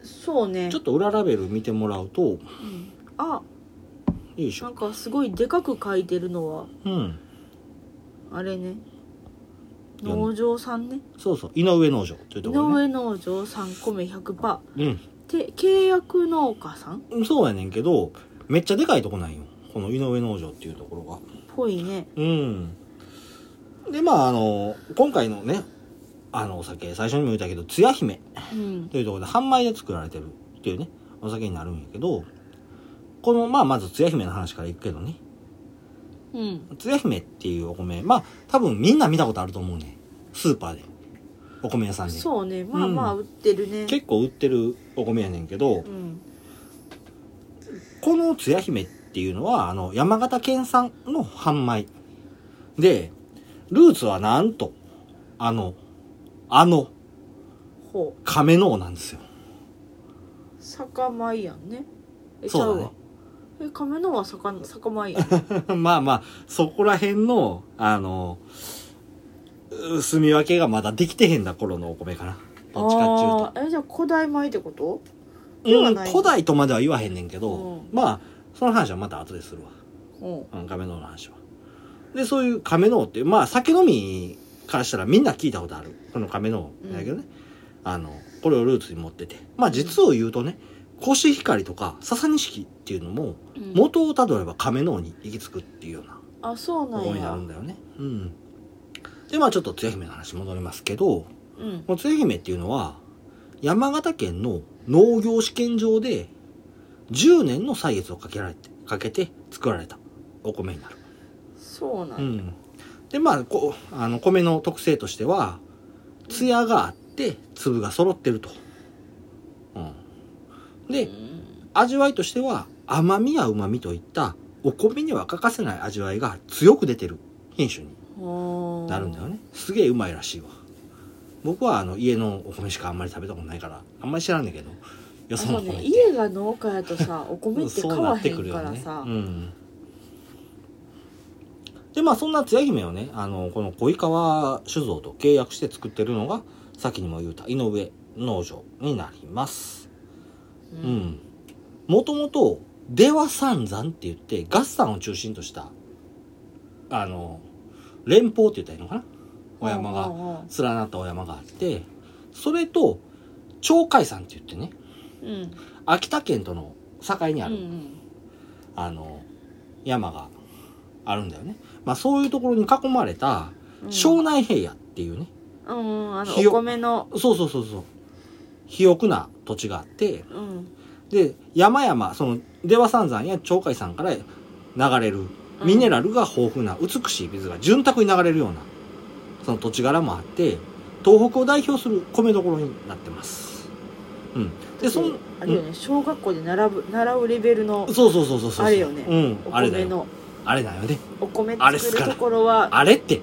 Speaker 2: そうね
Speaker 1: ちょっと裏ラベル見てもらうとよ
Speaker 2: うんあ
Speaker 1: いし
Speaker 2: な
Speaker 1: ょ
Speaker 2: んかすごいでかく書いてるのは
Speaker 1: うん
Speaker 2: あれね
Speaker 1: よん
Speaker 2: 農場さんね
Speaker 1: そうそう井上農場という
Speaker 2: 井
Speaker 1: ところね
Speaker 2: 上農場さん米100%
Speaker 1: うん
Speaker 2: で契約農家さんっ
Speaker 1: そうやねんけど、めっちゃでかいとこなんよ。この井上農場っていうところ
Speaker 2: ぽいね
Speaker 1: が。うん。で、まあ、あの、今回のね、あのお酒、最初にも言ったけど、つや姫
Speaker 2: うん
Speaker 1: というところで、販売で作られてるっていうね、お酒になるんやけど、この、まあ、まずつや姫の話からいくけどね、
Speaker 2: うん
Speaker 1: つや姫っていうお米、まあ、多分みんな見たことあると思うね。スーパーで。お米屋さんで。
Speaker 2: そうねまあまあ売ってるね
Speaker 1: 結構売ってるお米やねんけど、
Speaker 2: うん
Speaker 1: このつや姫ってっていうのは、あの、山形県産の半米。で、ルーツはなんと、あの、あの、
Speaker 2: ほう
Speaker 1: 亀の尾なんですよ。
Speaker 2: 酒米やんねえ
Speaker 1: そうだ
Speaker 2: ちゃ
Speaker 1: ね
Speaker 2: わえ亀のは酒酒 米やんは
Speaker 1: まあまあ、そこら辺の、あの、う住み分けがまだできてへんだ頃のお米かな。どっちかっていうと。
Speaker 2: あーえじゃあ古代米ってことで
Speaker 1: う
Speaker 2: は
Speaker 1: ん、
Speaker 2: ない
Speaker 1: 古代とまでは言わへんねんけど、
Speaker 2: うん
Speaker 1: まあ、その話はまた後でするわ。
Speaker 2: うん
Speaker 1: うん、亀の王の話は。で、そういう亀の王っていう、まあ、酒飲みからしたらみんな聞いたことある。この亀の王だけどね。あの、これをルーツに持ってて。まあ、実を言うとね、コシヒカリとか笹錦っていうのも、
Speaker 2: うん
Speaker 1: 元をたどれば亀の王に行き着くっていうような
Speaker 2: あそう
Speaker 1: こ
Speaker 2: な
Speaker 1: こ
Speaker 2: ん
Speaker 1: にな
Speaker 2: や
Speaker 1: るんだよね。うん。で、まあちょっとつや姫の話戻りますけど、こ
Speaker 2: うん
Speaker 1: のつや姫っていうのは、山形県の農業試験場で、10年の歳月をかけられて、かけて作られたお米になる。
Speaker 2: そうな
Speaker 1: うん
Speaker 2: や
Speaker 1: ん。で、まあ、こあの、米の特性としては、艶があって、粒が揃ってると。うん。
Speaker 2: う
Speaker 1: で、
Speaker 2: ん
Speaker 1: 味わいとしては甘みや旨みといったお米には欠かせない味わいが強く出てる品種に
Speaker 2: ほー
Speaker 1: なるんだよねすげえうまいらしいわ僕はあの家のお米しかあんまり食べたことないからあんまり知らんねんけどよ
Speaker 2: あ
Speaker 1: その
Speaker 2: そう
Speaker 1: 米っ
Speaker 2: ね
Speaker 1: て
Speaker 2: 家が農家や とさお米って
Speaker 1: そ
Speaker 2: 買
Speaker 1: う
Speaker 2: わ
Speaker 1: なっ
Speaker 2: へ
Speaker 1: てく
Speaker 2: ん
Speaker 1: る
Speaker 2: か
Speaker 1: よ
Speaker 2: ら
Speaker 1: ね
Speaker 2: さ
Speaker 1: うんでまあそんなつや姫をねあのこの小井川酒造と契約して作ってるのが先にも言うた井上農場になりますう
Speaker 2: う
Speaker 1: んん。もともと、出羽三山って言って、合山を中心とした、あの、連峰って言ったらいいのかなお山
Speaker 2: ほう
Speaker 1: が、
Speaker 2: ほうほ
Speaker 1: 連なったお山があって、それと、鳥海山って言ってね、
Speaker 2: ううん
Speaker 1: 秋田県との境にある、
Speaker 2: うんうん
Speaker 1: あの、山があるんだよね。まあそういうところに囲まれた、
Speaker 2: うん
Speaker 1: 庄内平野っていうね、
Speaker 2: うんうんあの
Speaker 1: ひよ
Speaker 2: お米の
Speaker 1: そうそうそうそう、肥沃な土地があって、
Speaker 2: うん
Speaker 1: で山々その出羽三山や鳥海山から流れる
Speaker 2: うん
Speaker 1: ミネラルが豊富な美しい水が潤沢に流れるようなその土地柄もあって東北を代表する米どころになってます、うん、でそん
Speaker 2: あれよね小学校で習う習うレベルの
Speaker 1: そうそうそうそうそう
Speaker 2: あれよね
Speaker 1: う
Speaker 2: お
Speaker 1: んあれだ
Speaker 2: 米
Speaker 1: よ
Speaker 2: の
Speaker 1: あれだよね
Speaker 2: お米
Speaker 1: あれっす
Speaker 2: 作
Speaker 1: から
Speaker 2: るところは
Speaker 1: あれ って、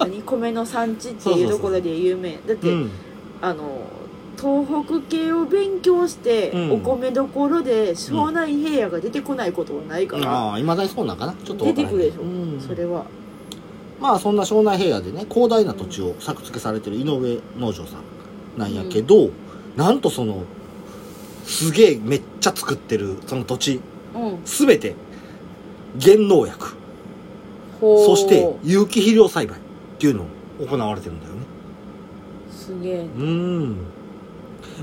Speaker 2: 何米の産地っていうところで有名だ
Speaker 1: う
Speaker 2: って
Speaker 1: ん、
Speaker 2: あの東北系を勉強して、
Speaker 1: うん
Speaker 2: お米どころで庄内平野が出てこないことはないから、
Speaker 1: ああいまだにそうなんかなちょっとわからんけど
Speaker 2: 出てくるでしょ
Speaker 1: うん
Speaker 2: それは
Speaker 1: まあそんな庄内平野でね広大な土地を作付けされてる井上農場さんなんやけど、なんとそのすげえめっちゃ作ってるその土地
Speaker 2: うん
Speaker 1: 全て減農薬
Speaker 2: ほう
Speaker 1: そして有機肥料栽培っていうのを行われてるんだよね
Speaker 2: すげえ
Speaker 1: うん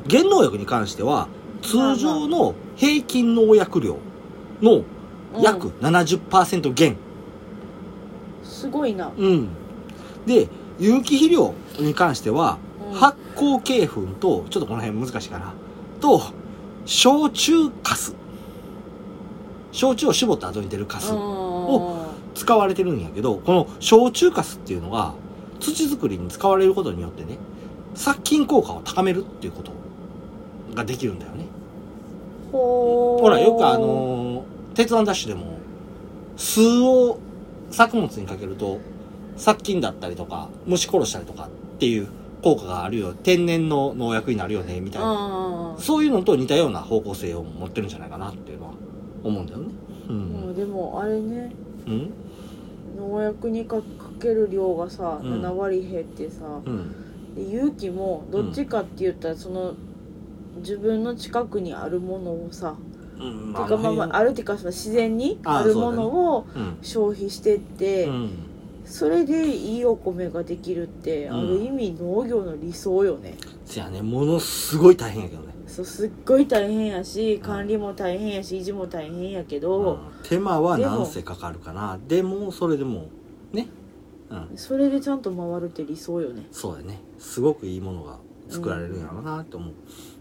Speaker 1: 減農薬に関しては通常の平均農薬量の約70%減、
Speaker 2: うんすごいな、
Speaker 1: うん。で、有機肥料に関しては、
Speaker 2: うん
Speaker 1: 発酵鶏粉と、ちょっとこの辺難しいかな、と、焼酎カス。焼酎を絞った後に出るカス。
Speaker 2: お
Speaker 1: 使われてるんやけど、この焼酎カスっていうのが、土作りに使われることによってね、殺菌効果を高めるっていうことができるんだよね。
Speaker 2: ほう
Speaker 1: ほら、よくあのー鉄腕ダッシュでも、酢を作物にかけると、殺菌だったりとか、虫殺したりとかっていう効果があるよ。天然の農薬になるよね、みたいな。
Speaker 2: あ
Speaker 1: そういうのと似たような方向性を持ってるんじゃないかなっていうのは思うんだよね。う
Speaker 2: あ
Speaker 1: ん。
Speaker 2: でもあれね
Speaker 1: うん。
Speaker 2: 農薬にかかける量がさ、
Speaker 1: うん
Speaker 2: 7割減ってさ
Speaker 1: うん。
Speaker 2: で勇気もどっちかって言ったらその自分の近くにあるものをさ、
Speaker 1: うん。
Speaker 2: てかまあまああるっていうかその自然に
Speaker 1: あー
Speaker 2: あるものを
Speaker 1: うん。
Speaker 2: 消費してって
Speaker 1: う
Speaker 2: そ,、
Speaker 1: ん。
Speaker 2: れでいいお米ができるって、
Speaker 1: うん
Speaker 2: ある意味農業の理想よね
Speaker 1: せやね、ものすごい大変やけどね。
Speaker 2: そうすっごい大変やし管理も大変やし維持も大変やけど、
Speaker 1: 手間は何せかかるかな。でも、それでも、ね。うん。
Speaker 2: それでちゃんと回るって理想よね
Speaker 1: そうだねすごくいいものが作られるんやろうなって思う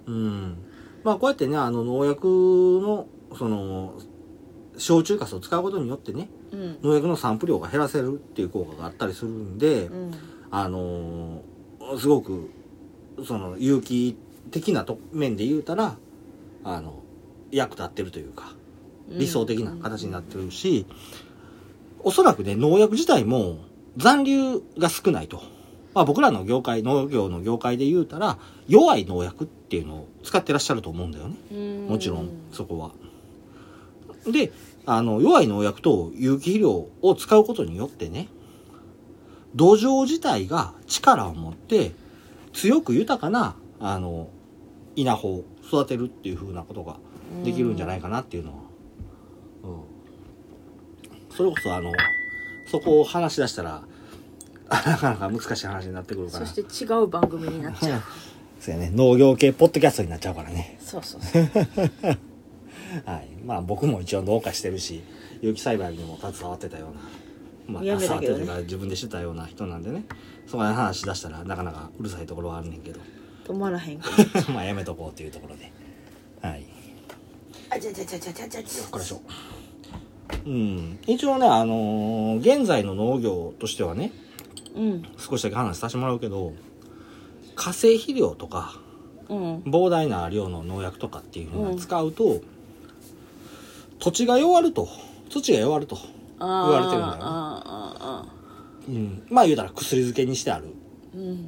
Speaker 1: うん、まあこうやってねあの農薬のその焼酎カスを使うことによってね
Speaker 2: うん
Speaker 1: 農薬の散布量が減らせるっていう効果があったりするんで、
Speaker 2: うん
Speaker 1: あのーすごくその有機的なと面で言うたらあの役立ってるというか、
Speaker 2: うん
Speaker 1: 理想的な形になってるし、おそらくね、農薬自体も残留が少ないと。まあ僕らの業界、農業の業界で言うたら、弱い農薬っていうのを使ってらっしゃると思うんだよね。も
Speaker 2: も
Speaker 1: ちろん、そこは。で、あの、弱い農薬と有機肥料を使うことによってね、土壌自体が力を持って、強く豊かな、あの、稲穂を育てるっていう風なことができるんじゃない
Speaker 2: か
Speaker 1: かなっていうのは。うん。それこそ、あの、そこを話し出したら、 なかなか難しい話になってくるから。
Speaker 2: そし
Speaker 1: そ
Speaker 2: て違う番組になっちゃう
Speaker 1: うやね、農業系ポッドキャストになっちゃうからね。
Speaker 2: そうそうそう
Speaker 1: はい、まあ僕も一応農家してるし有機栽培にも携わってたような。まあ、
Speaker 2: やめ
Speaker 1: 携
Speaker 2: た
Speaker 1: わっ
Speaker 2: け
Speaker 1: て
Speaker 2: どね
Speaker 1: たから自分でしてたような人なんでねそこで話し出したらなかなかうるさいところはあるねんけど
Speaker 2: 止まらへんから
Speaker 1: まあやめとこうっていうところではい
Speaker 2: あじゃじゃじゃじゃじゃじゃ
Speaker 1: これでしょうん一応ねあのー現在の農業としてはね
Speaker 2: うん
Speaker 1: 少しだけ話させてもらうけど化成肥料とか
Speaker 2: うん
Speaker 1: 膨大な量の農薬とかっていうふうな使うと、土地が弱ると土が弱ると
Speaker 2: 言
Speaker 1: われてるんだよね
Speaker 2: あーあ
Speaker 1: うん、まあ言うたら薬漬けにしてある
Speaker 2: ーあーうん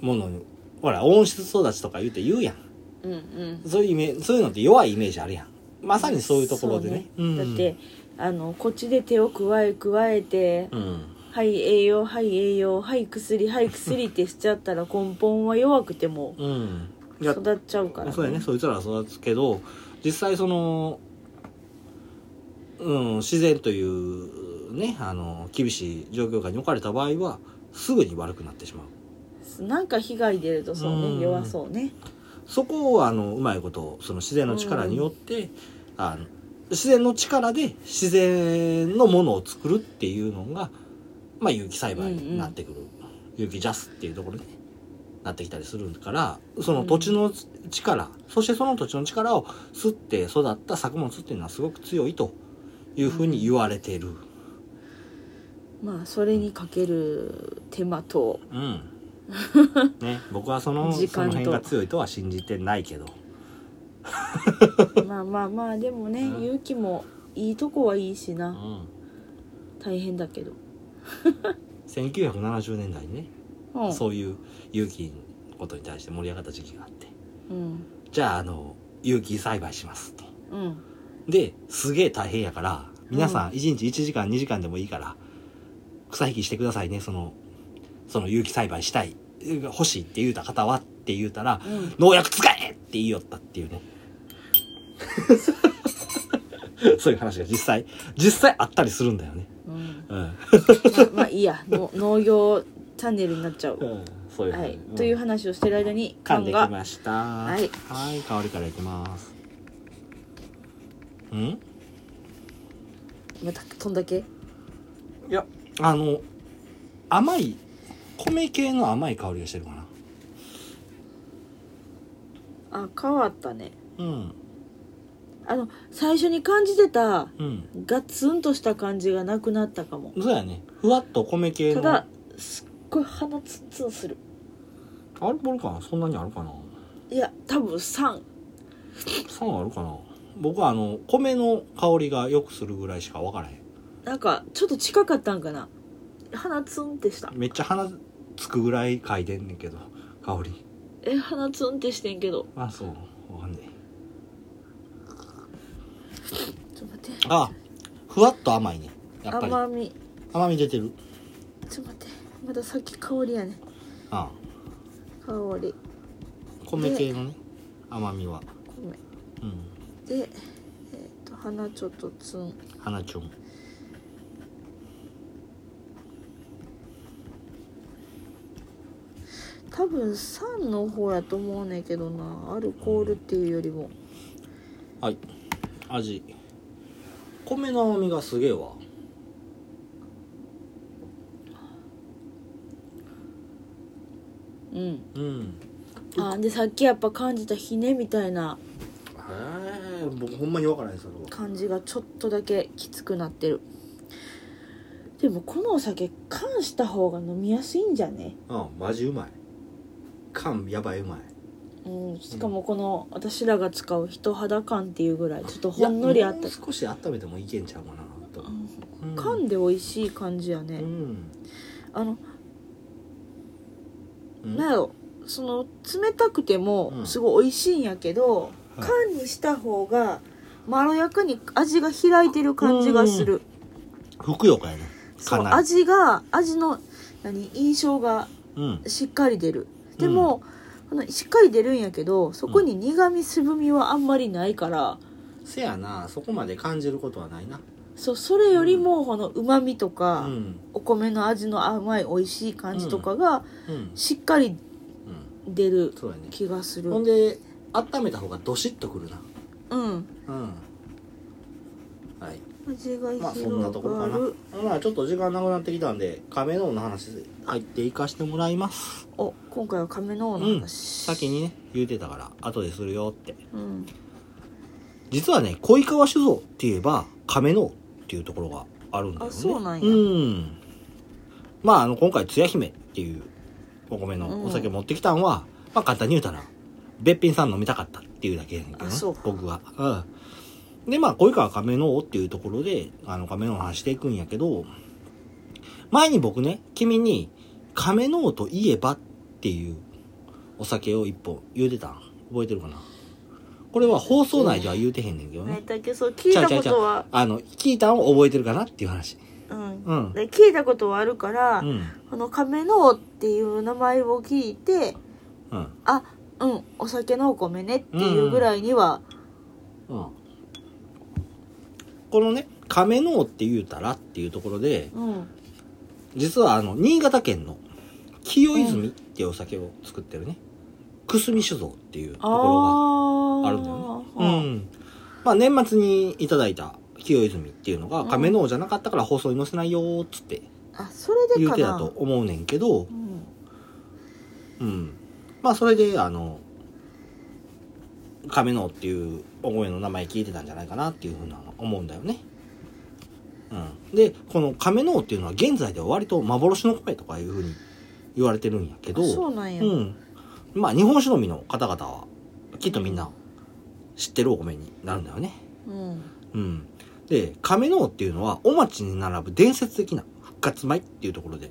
Speaker 1: ものにほら温室育ちとか言うて言うやん
Speaker 2: うんうん
Speaker 1: そういうイメージそういうのって弱いイメージあるやんまさにそういうところでね
Speaker 2: そう
Speaker 1: うん、
Speaker 2: だってあのこっちで手を加え加えて、
Speaker 1: うん
Speaker 2: はい栄養はい栄養はい薬はい薬ってしちゃったら根本は弱くても
Speaker 1: うんいや
Speaker 2: 育っちゃうから、
Speaker 1: そうやねそいつらは育つけど実際そのうん自然というねあの厳しい状況下に置かれた場合はすぐに悪くなってしまう
Speaker 2: なんか被害出るとそうね、
Speaker 1: うん
Speaker 2: 弱そうね
Speaker 1: そこをあのうまいことその自然の力によって、あの自然の力で自然のものを作るっていうのが、まあ、有機栽培になってくる、有機ジャスっていうところになってきたりするからその土地の力、そしてその土地の力を吸って育った作物っていうのはすごく強いというふうに言われている。
Speaker 2: まあそれにかける手間 と
Speaker 1: うん。ね、僕はその
Speaker 2: 時
Speaker 1: そ
Speaker 2: 間
Speaker 1: の
Speaker 2: と
Speaker 1: 辺が強いとは信じてないけど。
Speaker 2: まあまあまあでもね、
Speaker 1: うん
Speaker 2: 勇気もいいとこはいいし
Speaker 1: う。
Speaker 2: なん大変だけど、
Speaker 1: 1970年代にね、
Speaker 2: うん、
Speaker 1: そういう有機のことに対して盛り上がった時期があって
Speaker 2: うん
Speaker 1: じゃああの有機栽培しますと
Speaker 2: うん
Speaker 1: ですげえ大変やから皆さん1日1時間2時間でもいいから草引きしてくださいねそのその有機栽培したい欲しいって言うた方はって言うたら
Speaker 2: うん
Speaker 1: 農薬使えって言いよったって いうねそういう話が実際実際あったりするんだよね
Speaker 2: うん
Speaker 1: うん、
Speaker 2: まあまあいいやの農業チャンネルになっちゃう
Speaker 1: うん、そういう
Speaker 2: はい、
Speaker 1: ん
Speaker 2: という話をしてる間に
Speaker 1: 噛
Speaker 2: 缶
Speaker 1: んでき
Speaker 2: が
Speaker 1: ましたはいはい香りからいきますんい
Speaker 2: また飛んだけ
Speaker 1: やあの甘い米系の甘い香りがしてるかな
Speaker 2: あ変わったね
Speaker 1: うん
Speaker 2: あの最初に感じてた
Speaker 1: うん
Speaker 2: ガツンとした感じがなくなったかも
Speaker 1: そうやねふわっと米系
Speaker 2: た
Speaker 1: の
Speaker 2: だすっごい鼻ツンツンする
Speaker 1: アルコール感そんなにあるかない
Speaker 2: や多分3
Speaker 1: 酸あるかな僕はあの米の香りがよくするぐらいしか分からへん
Speaker 2: なんかちょっと近かったんかな鼻ツンってした
Speaker 1: めっちゃ鼻つくぐらい嗅いでんねんけど香り
Speaker 2: え鼻ツンってしてんけど
Speaker 1: あそうわかんねえ
Speaker 2: ちょっと待って
Speaker 1: あふわっと甘いねやっぱり
Speaker 2: 甘み
Speaker 1: 甘み出てる
Speaker 2: ちょっと待ってまださっき香りやね
Speaker 1: ああ
Speaker 2: 香り
Speaker 1: 米系のね甘みは
Speaker 2: ごめ
Speaker 1: う
Speaker 2: ん
Speaker 1: ん
Speaker 2: でえっ、と鼻ちょっとツン
Speaker 1: 花ちょん
Speaker 2: 多分酸の方やと思うねんけどなアルコールっていうよりも
Speaker 1: はい味米の甘みがすげえわ
Speaker 2: うん
Speaker 1: うん
Speaker 2: あでさっきやっぱ感じたひねみたいな
Speaker 1: へえ僕ほんまに分からないそれは
Speaker 2: 感じがちょっとだけきつくなってるでもこのお酒缶した方が飲みやすいんじゃね
Speaker 1: うんマジうまい缶やばいうまい
Speaker 2: うん、しかもこの私らが使う人肌感っていうぐらいちょっとほんのり
Speaker 1: い
Speaker 2: あった
Speaker 1: やもう少し温めてもいけんちゃうかなと、うん
Speaker 2: 噛んで美味しい感じやね、
Speaker 1: うん
Speaker 2: あの
Speaker 1: うん
Speaker 2: なんやろその冷たくて
Speaker 1: う
Speaker 2: も
Speaker 1: ん
Speaker 2: すごい美味しいんやけど、
Speaker 1: はい
Speaker 2: 缶にした方がまろやかに味が開いてる感じがする、
Speaker 1: ふくよかやね
Speaker 2: そ
Speaker 1: か
Speaker 2: う
Speaker 1: なり
Speaker 2: 味が味の何印象が
Speaker 1: うん
Speaker 2: しっかり出るでも、このしっかり出るんやけどそこに苦味すぶみはあんまりないから、
Speaker 1: せやなそこまで感じることはないな
Speaker 2: そうそれよりもこのうまみと
Speaker 1: う
Speaker 2: か、
Speaker 1: ん
Speaker 2: お米の味の甘い美味しい感じとかが
Speaker 1: うん
Speaker 2: しっかり
Speaker 1: うん
Speaker 2: 出る
Speaker 1: そうやね
Speaker 2: 気がする
Speaker 1: ほんで温めた方がどしっとくるな
Speaker 2: うん
Speaker 1: うんはい
Speaker 2: 味が広がる、
Speaker 1: まあそんなところかなまあちょっと時間なくなってきたんで亀の王の話入っていかしてもらいます
Speaker 2: お今回は亀の王の
Speaker 1: うん
Speaker 2: 話、
Speaker 1: 先にね言うてたから後でするよって
Speaker 2: うん
Speaker 1: 実はね恋川酒造って言えば亀の王っていうところがあるんだよね
Speaker 2: あそうなんや
Speaker 1: んまああの今回つや姫っていうお米のお酒持ってきたんは、まあ簡単に言うたらべっぴんさん飲みたかったっていうだけやねんけど
Speaker 2: あ
Speaker 1: ね
Speaker 2: そうか
Speaker 1: 僕はうんでまあ恋川亀の王っていうところであの亀の王の話していくんやけど前に僕ね君に亀の王といえばっていうお酒を一本言うてたん覚えてるかなこれは放送内では言うてへんねんけどね
Speaker 2: 何だっけそう聞いたことは
Speaker 1: あの、聞いたんを覚えてるかなっていう話。
Speaker 2: うん
Speaker 1: うん。
Speaker 2: で聞いたことはあるから、
Speaker 1: うん。
Speaker 2: この亀の王っていう名前を聞いて
Speaker 1: うん。
Speaker 2: あうんお酒のお米ねっていうぐらいには
Speaker 1: うん。このね、亀の王って言うたらっていうところで、
Speaker 2: うん、
Speaker 1: 実はあの、新潟県の清泉っていうお酒を作ってるね、くすみ酒造っていうところ
Speaker 2: あ
Speaker 1: が
Speaker 2: あ
Speaker 1: あるんだよね。うん。まあ年末にいただいた清泉っていうのが亀の王じゃなかったから放送に載せないよーっつって
Speaker 2: あそれで
Speaker 1: 言
Speaker 2: か
Speaker 1: う
Speaker 2: な
Speaker 1: てたと思うねんけど、
Speaker 2: うん
Speaker 1: うん、まあそれであの亀のっていうお声の名前聞いてたんじゃないかなっていうふうな思うんだよね。うん、でこの亀のっていうのは現在では割と幻の声とかいうふうに言われてるんやけど
Speaker 2: あそうなんや、
Speaker 1: うん、まあ日本酒飲みの方々はきっとみんな知ってるお米になるんだよね。
Speaker 2: うん
Speaker 1: うん、で亀のっていうのはお町に並ぶ伝説的な復活米っていうところで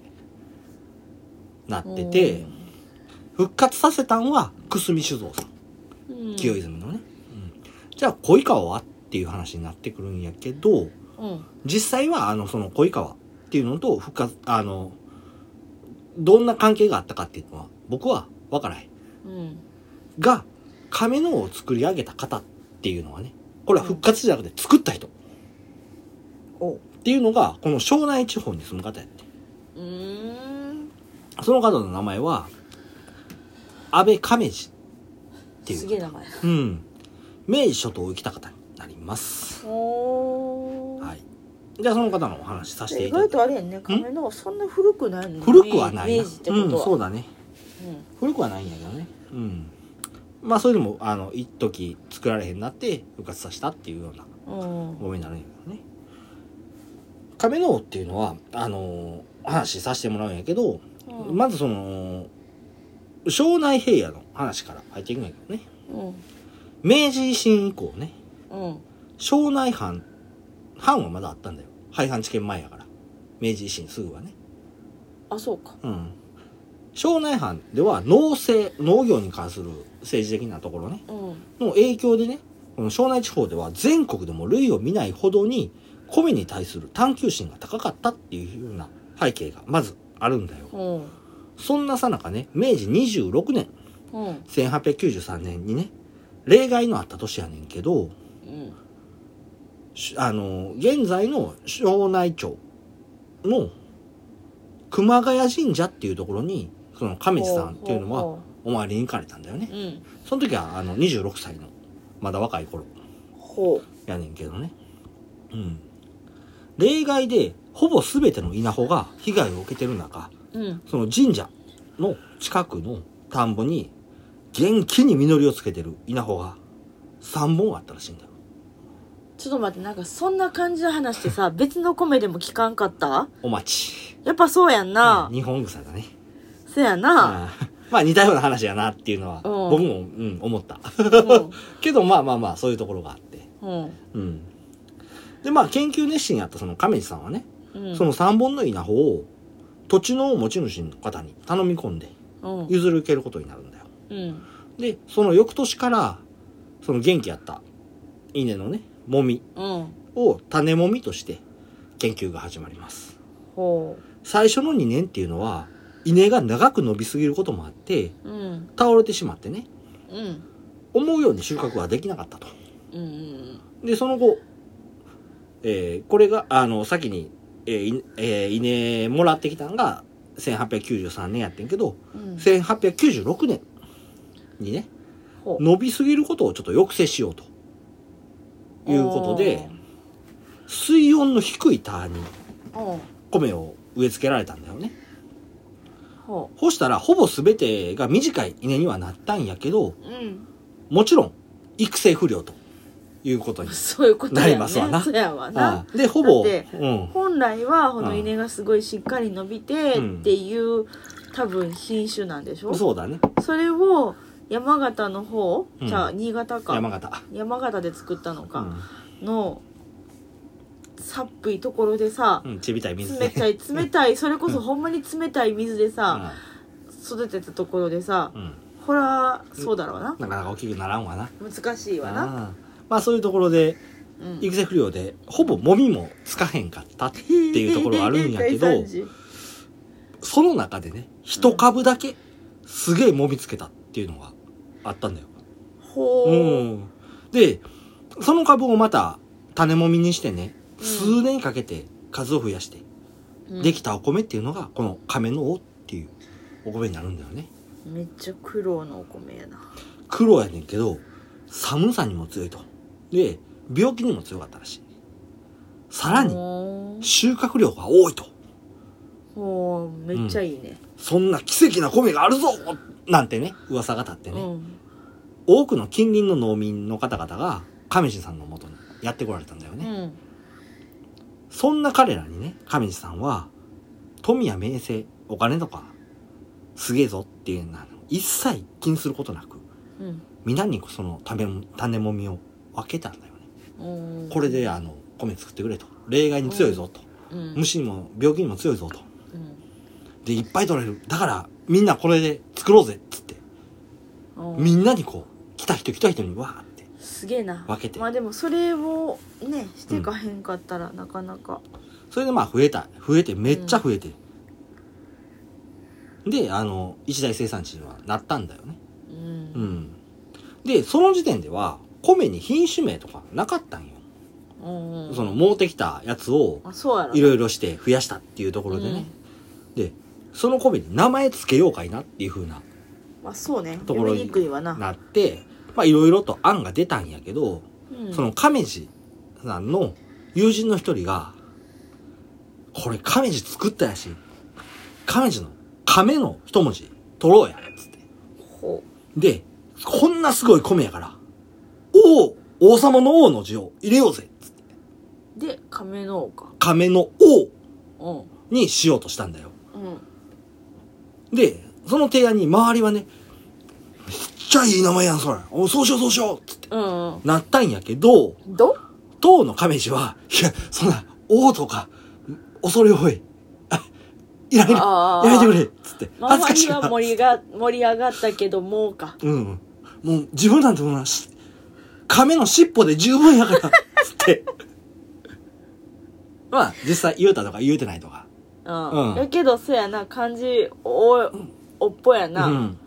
Speaker 1: なってて。復活させたんは久住酒造さん
Speaker 2: うん、
Speaker 1: 清泉のね、うんじゃあ恋川はっていう話になってくるんやけど
Speaker 2: うん
Speaker 1: 実際はあのその恋川っていうのと復活あのどんな関係があったかっていうのは僕は分からへん
Speaker 2: うん
Speaker 1: が亀の王を作り上げた方っていうのはねこれは復活じゃなくて作った人っ
Speaker 2: おう
Speaker 1: ていうのがこの庄内地方に住む方やって
Speaker 2: ーん
Speaker 1: その方の名前は安倍亀治っていう
Speaker 2: すげえ名前
Speaker 1: うん。明治初頭を生きた方になります。
Speaker 2: おー
Speaker 1: はい。じゃあその方のお話しさせて
Speaker 2: 意
Speaker 1: いただ
Speaker 2: 外
Speaker 1: き
Speaker 2: とあれやんね亀のそんな古くないの
Speaker 1: 古くはない
Speaker 2: イ
Speaker 1: な。
Speaker 2: メージってこと
Speaker 1: うん、
Speaker 2: は、
Speaker 1: そうだね。
Speaker 2: うん
Speaker 1: 古くはないんだけどね。うん。まあそれでも、あの、一時作られへんなって復活させたっていうような
Speaker 2: うん
Speaker 1: ごめんなるんやけどね。亀の王っていうのは、あのお話しさせてもらうんやけど、
Speaker 2: うん
Speaker 1: まずその、庄内平野の話から入っていくんやけどね。
Speaker 2: うん
Speaker 1: 明治維新以降ね、
Speaker 2: うん
Speaker 1: 庄内藩藩はまだあったんだよ廃藩置県前やから明治維新すぐはね
Speaker 2: あそうか
Speaker 1: うん庄内藩では農政農業に関する政治的なところね
Speaker 2: うん
Speaker 1: の影響でねこの庄内地方では全国でも類を見ないほどに米に対する探求心が高かったっていうような背景がまずあるんだよ
Speaker 2: うん
Speaker 1: そんなさなかね明治26年
Speaker 2: うん
Speaker 1: 1893年にね例外のあった年やねんけど
Speaker 2: うん
Speaker 1: しあの、現在の庄内町の熊谷神社っていうところに、その亀地さんっていうのは
Speaker 2: ほ
Speaker 1: お参りに行かれたんだよね
Speaker 2: う。ほううん
Speaker 1: その時はあの26歳の、まだ若い頃
Speaker 2: ほ
Speaker 1: やねんけどね。うん。例外で、ほぼ全ての稲穂が被害を受けてる中、
Speaker 2: ううん
Speaker 1: その神社の近くの田んぼに元気に実りをつけてる稲穂が3本あったらしいんだよ。
Speaker 2: ちょっと待ってなんかそんな感じの話っ てさ別の米でも聞かんかった
Speaker 1: お待ち。
Speaker 2: やっぱそうやんな、
Speaker 1: 日本草だね。
Speaker 2: そやな、
Speaker 1: ああ まあ似たような話やなっていうのは、
Speaker 2: うん
Speaker 1: 僕も、うん、思った。
Speaker 2: うん
Speaker 1: けど、まあまあまあ、そういうところがあって。
Speaker 2: うん
Speaker 1: うん。で、まあ、研究熱心やったその亀地さんはね、
Speaker 2: うん
Speaker 1: その3本の稲穂を、土地の持ち主の方に頼み込んで、
Speaker 2: うん
Speaker 1: 譲り受けることになるんだよ。
Speaker 2: うん
Speaker 1: で、その翌年から、その元気やった稲のね、もみ
Speaker 2: うん
Speaker 1: を種もみとして研究が始まります。
Speaker 2: ほ
Speaker 1: 最初の2年っていうのは稲が長く伸びすぎることもあって
Speaker 2: ううん
Speaker 1: 倒れてしまってね
Speaker 2: うん
Speaker 1: 思うように収穫はできなかったと
Speaker 2: うんうん
Speaker 1: でその後、えーこれがあの先に、えーいえー稲もらってきたのが1893年やってんけど
Speaker 2: うん
Speaker 1: 1896年にね
Speaker 2: ほ
Speaker 1: 伸びすぎることをちょっと抑制しようと
Speaker 2: う
Speaker 1: いうことで水温の低いターンに
Speaker 2: おー
Speaker 1: 米を植え付けられたんだよね
Speaker 2: ほ
Speaker 1: そしたらほぼ全てが短い稲にはなったんやけど
Speaker 2: ううん
Speaker 1: もちろん、育成不良ということに。
Speaker 2: そういうことや
Speaker 1: な
Speaker 2: ね
Speaker 1: りますわな
Speaker 2: そうやわな
Speaker 1: ああで、ほぼ、
Speaker 2: だって
Speaker 1: うん。
Speaker 2: 本来はこの稲がすごいしっかり伸びて
Speaker 1: うん
Speaker 2: っていう多分品種なんでしょ
Speaker 1: そうだね。
Speaker 2: それを山形の方、
Speaker 1: うん
Speaker 2: じゃあ新潟か
Speaker 1: 山形。
Speaker 2: 山形で作ったの
Speaker 1: う
Speaker 2: か、
Speaker 1: ん
Speaker 2: のさっぷいところでさ、
Speaker 1: うん。ちびたい水
Speaker 2: 冷
Speaker 1: ね。
Speaker 2: たい冷たいそれこそほんまに冷たい水でさ、育てたところでさ、
Speaker 1: うん。うん。
Speaker 2: ほらそうだろうな
Speaker 1: なかなか大きくならんわな。
Speaker 2: 難しいわな、
Speaker 1: ああまあそういうところで、
Speaker 2: うん、
Speaker 1: 育成不良で、ほぼもみもつかへんかったっていうところはあるんやけ
Speaker 2: 大
Speaker 1: ど
Speaker 2: 惨、事
Speaker 1: その中でね、一株だけ、すげえもみつけたっていうのがあったんだよ。
Speaker 2: ほう、
Speaker 1: うん。で、その株をまた種もみにしてね、
Speaker 2: うん
Speaker 1: 数年かけて数を増やして、
Speaker 2: うん
Speaker 1: できたお米っていうのがこの亀の王っていうお米になるんだよね
Speaker 2: めっちゃ苦労のお米やな
Speaker 1: 黒やねんけど寒さにも強いとで病気にも強かったらしいさらに
Speaker 2: ほう
Speaker 1: 収穫量が多いと
Speaker 2: ほうめっちゃいいね、
Speaker 1: そんな奇跡な米があるぞなんてね噂が立って
Speaker 2: う
Speaker 1: ね、
Speaker 2: ん
Speaker 1: 多くの近隣の農民の方々が亀地さんのもとにやってこられたんだよ
Speaker 2: う
Speaker 1: ね、
Speaker 2: ん
Speaker 1: そんな彼らにね亀地さんは富や名声お金とかすげえぞっていうのは一切気にすることなく
Speaker 2: うん
Speaker 1: 皆にその種も種もみを分けたんだよね
Speaker 2: うん
Speaker 1: これであの米作ってくれと例外に強いぞと、
Speaker 2: うん
Speaker 1: 虫にも病気にも強いぞと
Speaker 2: うん
Speaker 1: でいっぱい取れるだからみんなこれで作ろうぜっつって
Speaker 2: うん
Speaker 1: みんなにこう来た人来た人にわーって
Speaker 2: すげえな
Speaker 1: 分けて
Speaker 2: まあでもそれをねしてかへんかったらなかなか
Speaker 1: それでまあ増えた増えてめっちゃ増えて、であの一大生産地にはなったんだよね
Speaker 2: う
Speaker 1: うんんでその時点では米に品種名とかなかったんよ、
Speaker 2: うん
Speaker 1: その持ってきたやつを
Speaker 2: あそうやろ
Speaker 1: いろいろして増やしたっていうところでね、でその米に名前つけようかいなっていう風な
Speaker 2: まあそうね
Speaker 1: ところ
Speaker 2: 読みにくいわな
Speaker 1: なってまあいろいろと案が出たんやけど、
Speaker 2: うん
Speaker 1: その亀地さんの友人の一人が「これ亀地作ったやし亀地の亀の一文字取ろうや」つって
Speaker 2: ほ
Speaker 1: でこんなすごい米やから「王王様の王の字を入れようぜ」つって
Speaker 2: うで亀の王か
Speaker 1: 亀の王
Speaker 2: うん
Speaker 1: にしようとしたんだよ
Speaker 2: うん
Speaker 1: で、その提案に周りはね、めっちゃいい名前やん、それ。おそうしよう、そうしようっつって
Speaker 2: うんう
Speaker 1: なったんやけど、
Speaker 2: んど
Speaker 1: 当の亀氏は、いや、そんな、王とか、恐れ多い。 あいられる。
Speaker 2: あ
Speaker 1: や
Speaker 2: ー
Speaker 1: めてくれ。っつって。恥ず
Speaker 2: 周
Speaker 1: かしい
Speaker 2: り
Speaker 1: か
Speaker 2: は
Speaker 1: ら。
Speaker 2: 盛りが盛り上がったけどもうか
Speaker 1: うん。もう、自分なんてものはし、亀の尻尾で十分やから、 つって。まあ、実際言うたとか言うてないとか。
Speaker 2: うん
Speaker 1: うん
Speaker 2: やけどそうやな漢字おおっぽやな
Speaker 1: うん、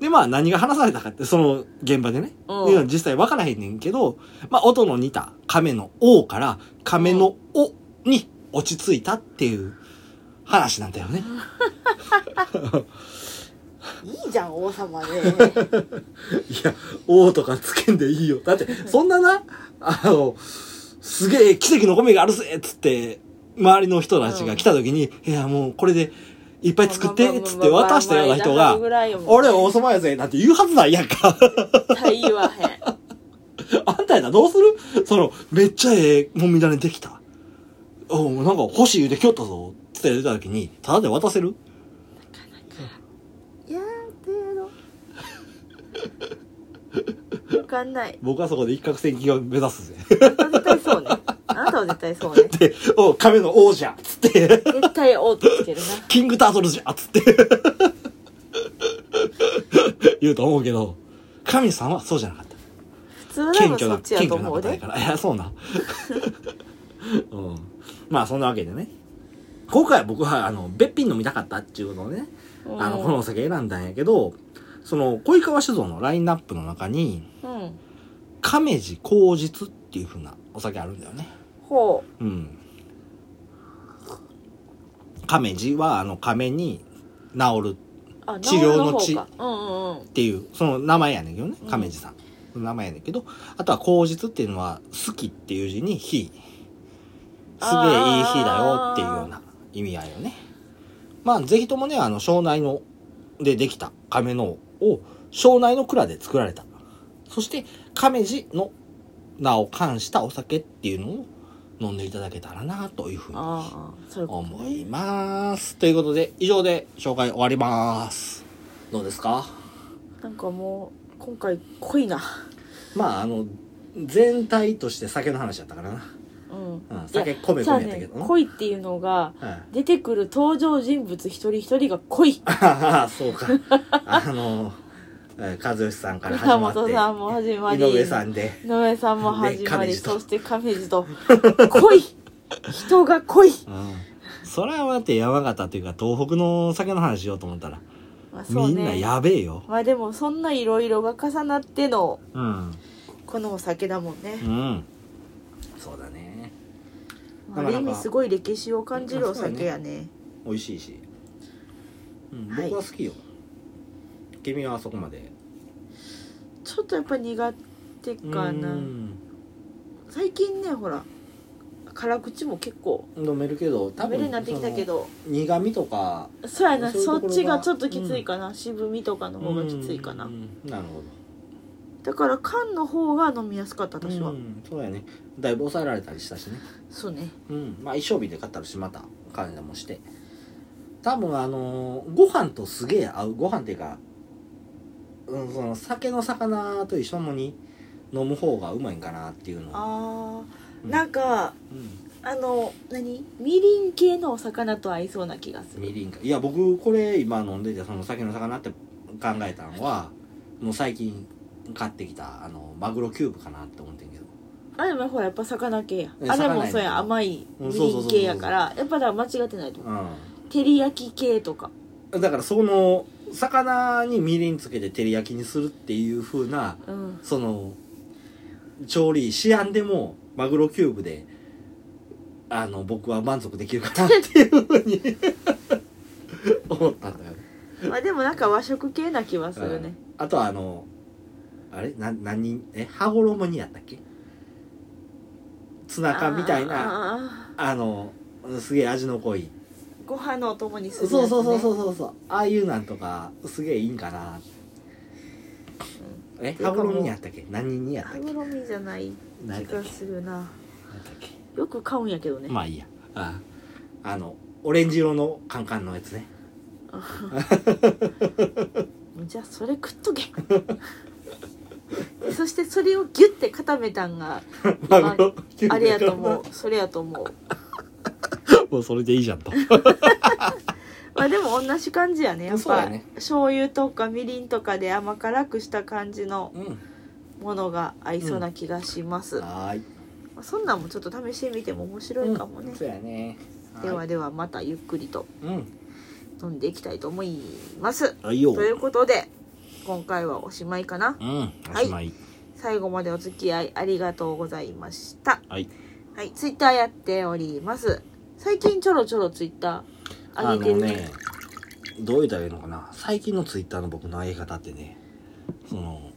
Speaker 1: でまあ何が話されたかってその現場でね、
Speaker 2: うん
Speaker 1: っていうのは実際分からへんねんけど、まあ、音の似た亀の「王から亀の「お」に落ち着いたっていう話なんだよね。
Speaker 2: いいじゃん王様で
Speaker 1: いや「王とかつけんでいいよだってそんななあのすげえ奇跡の米があるぜっつって周りの人たちが来た時に「いやもうこれでいっぱい作って」っつって渡したような人が「俺は王様やぜ」なんて言うはずないやんか。
Speaker 2: 絶対言わへん
Speaker 1: あんたやな、どうするその、めっちゃええ、もみだねできた。おうなんか欲しい言うてきよったぞ。って言った時に、ただで渡せる
Speaker 2: いやーかんない
Speaker 1: 僕はそこで一攫千金を目指すぜ。
Speaker 2: あなた絶対そうねあなたは絶対そうね
Speaker 1: で、お、亀の王者っつって、
Speaker 2: 絶対「お」ってつけるな
Speaker 1: キングタートルじゃっつって、 言うと思うけど、神様はそうじゃなかった。
Speaker 2: 普通は多
Speaker 1: 謙
Speaker 2: 分
Speaker 1: 虚
Speaker 2: そ
Speaker 1: な、
Speaker 2: っちや
Speaker 1: 謙
Speaker 2: と
Speaker 1: 虚な
Speaker 2: 思う
Speaker 1: 方や
Speaker 2: で
Speaker 1: から。いや、そうな。 うん。まあ、そんなわけでね。今回は僕は、あの、べっぴん飲みたかったっていうのでね、あの、このお酒選んだんやけど、その、恋川酒造のラインナップの中に、
Speaker 2: うんうん
Speaker 1: 亀治口実っていう風なお酒あるんだよね。
Speaker 2: ほ
Speaker 1: うん。亀治は、あの、亀に治る
Speaker 2: うあ
Speaker 1: 治療の
Speaker 2: 治
Speaker 1: 治
Speaker 2: 療の方かうんうんう
Speaker 1: っ
Speaker 2: ん
Speaker 1: ていう、その名前やねんけどね
Speaker 2: う、ん
Speaker 1: 亀治さん。その名前やねんけど、あとは口実っていうのは、好きっていう字に日。すげえいい日だよっていうような意味合いよね。まあ、ぜひともね、あの、庄内の、でできた亀の王を、庄内の蔵で作られた。そして、亀治の名を冠したお酒っていうのを飲んでいただけたらなというふうに
Speaker 2: ああそういうこと
Speaker 1: 思います。ということで、以上で紹介終わります。どうですか
Speaker 2: なんかもう今回濃いな
Speaker 1: まああの全体として酒の話だったからな、
Speaker 2: うん
Speaker 1: うん、酒米
Speaker 2: じゃあ
Speaker 1: 米やったけ
Speaker 2: ね
Speaker 1: どな
Speaker 2: 濃いっていうのが
Speaker 1: はい
Speaker 2: 出てくる登場人物一人一人が濃い
Speaker 1: あはは そう かあのえー和義さんから始
Speaker 2: 村
Speaker 1: ま
Speaker 2: 本さん
Speaker 1: っ
Speaker 2: も始ま
Speaker 1: て
Speaker 2: り
Speaker 1: 井上さんで
Speaker 2: 井上さんも始
Speaker 1: で
Speaker 2: ま
Speaker 1: 亀
Speaker 2: り
Speaker 1: 治と
Speaker 2: そして亀治と濃い人が濃い、
Speaker 1: うんそれはだって山形というか東北の酒の話しようと思ったら、
Speaker 2: まあ、そう
Speaker 1: みんな
Speaker 2: ね
Speaker 1: やべえよ
Speaker 2: まあでもそんないろいろが重なっての
Speaker 1: うん
Speaker 2: このお酒だもんね
Speaker 1: う、んそうだね
Speaker 2: まあ、ある意味すごい歴史を感じるお酒やね
Speaker 1: 美味しいし、うん、
Speaker 2: はい
Speaker 1: 僕は好きよ、君はあそこまで
Speaker 2: ちょっとやっぱ苦手か
Speaker 1: う
Speaker 2: なん最近ねほら辛口も結構
Speaker 1: 飲めるけど多
Speaker 2: 食べ
Speaker 1: 分
Speaker 2: れるようになってきたけど
Speaker 1: その苦味とか
Speaker 2: そうやな
Speaker 1: そういう
Speaker 2: そ
Speaker 1: ところ
Speaker 2: っ
Speaker 1: が
Speaker 2: ちがちょっときついかな、渋みとかの方がきついかな、
Speaker 1: うんなるほど
Speaker 2: だから缶の方が飲みやすかった私は、
Speaker 1: うんそうやねだいぶ抑えられたりしたしね
Speaker 2: そうね
Speaker 1: うんまあ一生日で買ったりしまた感じもして多分あのーご飯とすげえ合うご飯っていうか、うん、その酒の魚と一緒に飲む方がうまいんかなっていうのは、
Speaker 2: あー
Speaker 1: うん
Speaker 2: なんか
Speaker 1: うん、
Speaker 2: あの何みりん系のお魚と合いそうな気がする
Speaker 1: みりんかいや僕これ今飲んでてその酒の魚って考えたのはもう最近買ってきたあのマグロキューブかなって思ってんけど
Speaker 2: あれもほらやっぱ魚系や
Speaker 1: え
Speaker 2: あれ
Speaker 1: 魚や
Speaker 2: も
Speaker 1: ね
Speaker 2: そうや甘い
Speaker 1: うん
Speaker 2: みりん系やからやっぱだから間違ってないと思う
Speaker 1: うん
Speaker 2: 照り焼き系とか
Speaker 1: だからその魚にみりんつけて照り焼きにするっていう風な
Speaker 2: うん
Speaker 1: その調理しやんでもマグロキューブであの僕は満足できるかなっていう風に 思ったんだよね
Speaker 2: まあでもなんか和食系な気はするね、
Speaker 1: あとはあのあれな何人え羽衣にやったっけツナ缶みたいなあ
Speaker 2: あーあー
Speaker 1: のすげえ味の濃い
Speaker 2: ご飯のお供にする
Speaker 1: そう
Speaker 2: やつね
Speaker 1: そうそうそうそうそうああいうなんとかすげえいいんかなえ
Speaker 2: ていう
Speaker 1: 羽
Speaker 2: かもう
Speaker 1: 衣にやったっけ何人にやったっ
Speaker 2: 歯
Speaker 1: け
Speaker 2: 黒みじゃない
Speaker 1: 何
Speaker 2: 気
Speaker 1: やったっけ
Speaker 2: がするな
Speaker 1: 何やったっけ
Speaker 2: よく買うんやけどね、
Speaker 1: まあいいやあああのオレンジ色のカンカンのやつ ね
Speaker 2: じゃあそれ食っとけ そしてそれをギュッて固めたんが
Speaker 1: マグロ
Speaker 2: あれやと思うそれやと思 う
Speaker 1: もうそれでいいじゃんと
Speaker 2: まあでも同じ感じやねやっ
Speaker 1: そう
Speaker 2: ぱ、
Speaker 1: やね
Speaker 2: 醤油とかみりんとかで甘辛くした感じの
Speaker 1: うん
Speaker 2: ものが合いそうな気がします、ま
Speaker 1: はーい
Speaker 2: あそんなんもちょっと試してみても面白いかもね
Speaker 1: うん、そうやね
Speaker 2: ではいではまたゆっくりと
Speaker 1: うん
Speaker 2: 飲んでいきたいと思います
Speaker 1: はいよ
Speaker 2: ということで今回はおしまいかな
Speaker 1: うんおしまい
Speaker 2: 最後までお付き合いありがとうございました
Speaker 1: はい
Speaker 2: はい、ツイッターやっております。最近ちょろちょろツイッター
Speaker 1: あ
Speaker 2: 上げて
Speaker 1: の
Speaker 2: る。
Speaker 1: ねどう言ったらいいのかな最近のツイッターの僕の上げ方ってねその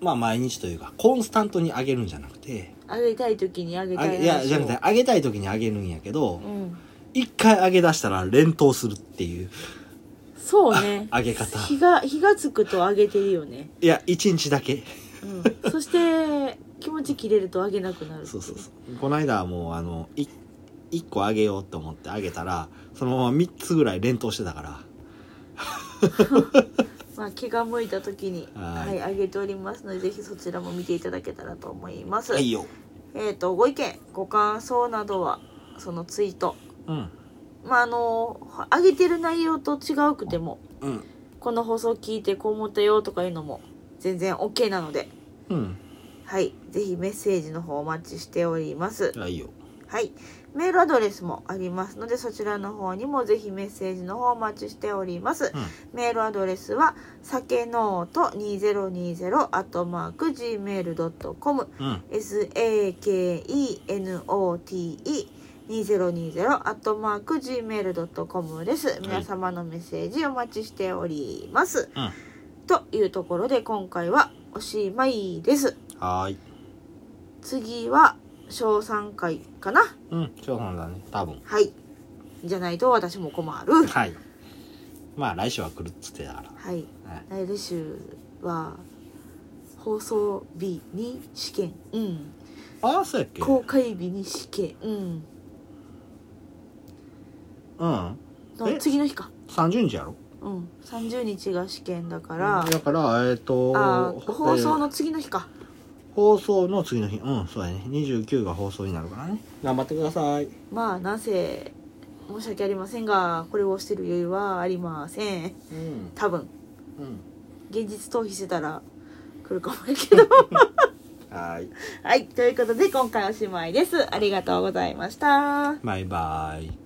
Speaker 1: まあ毎日というかコンスタントに上げるんじゃなくて
Speaker 2: 上げたい時に上げた
Speaker 1: あ
Speaker 2: い話を。
Speaker 1: げいやじゃなくて上げたい時に上げるんやけど
Speaker 2: うん。
Speaker 1: 一回上げ出したら連投するっていう
Speaker 2: そうね。
Speaker 1: あ上げ方
Speaker 2: 日が、日がつくと上げてるよね。
Speaker 1: いや一日だけ
Speaker 2: うん。そして、気持ち切れると上げなくなる。
Speaker 1: そうそうそうこの間はもうあのい一個上げようと思って上げたらそのまま3つぐらい連投してたから
Speaker 2: まあ、気が向いた時に、
Speaker 1: は
Speaker 2: はいい、あげておりますので、ぜひそちらも見ていただけたらと思います。
Speaker 1: はいよ
Speaker 2: えっ、と、ご意見、ご感想などは、そのツイート。
Speaker 1: うん
Speaker 2: まあ、あの、あげてる内容と違うくても、
Speaker 1: うん
Speaker 2: この放送聞いてこう思ったよとかいうのも、全然 OK なので、
Speaker 1: うん
Speaker 2: はい、ぜひメッセージの方お待ちしております。
Speaker 1: はいよ
Speaker 2: はい。メールアドレスもありますので、そちらの方にもぜひメッセージの方お待ちしております。
Speaker 1: う
Speaker 2: メールアドレスは、さけのうと2020アットマーク gmail.com、
Speaker 1: んうん
Speaker 2: sakenote 2020アットマーク gmail.com です。皆様のメッセージお待ちしております。
Speaker 1: うん
Speaker 2: というところで、今回はおしまいです。
Speaker 1: はーい
Speaker 2: 次は、小3回かな。
Speaker 1: うんそうなんだね多分
Speaker 2: はい。じゃないと私も困る。
Speaker 1: はいまあ来週は来るっつってたか
Speaker 2: はい。
Speaker 1: ら、はい、
Speaker 2: 来週は、放送日に試験。うん。
Speaker 1: ああそうやっけ
Speaker 2: 公開日に試験。うん。
Speaker 1: うんえ
Speaker 2: の次の日か。
Speaker 1: 30日やろ
Speaker 2: うん。30日が試験だから、
Speaker 1: だからえっ、と
Speaker 2: あー
Speaker 1: ほ
Speaker 2: 放送の次の日か。
Speaker 1: 放送の次の日うんそうやね29が放送になるからね頑張ってください
Speaker 2: まあ、なんせ、申し訳ありませんが、これをしてる余裕はありません。
Speaker 1: うん
Speaker 2: 多分、
Speaker 1: うん
Speaker 2: 現実逃避してたら、来るかもやけど。
Speaker 1: はーい
Speaker 2: はい。ということで、今回おしまいです。ありがとうございました。
Speaker 1: バイバイ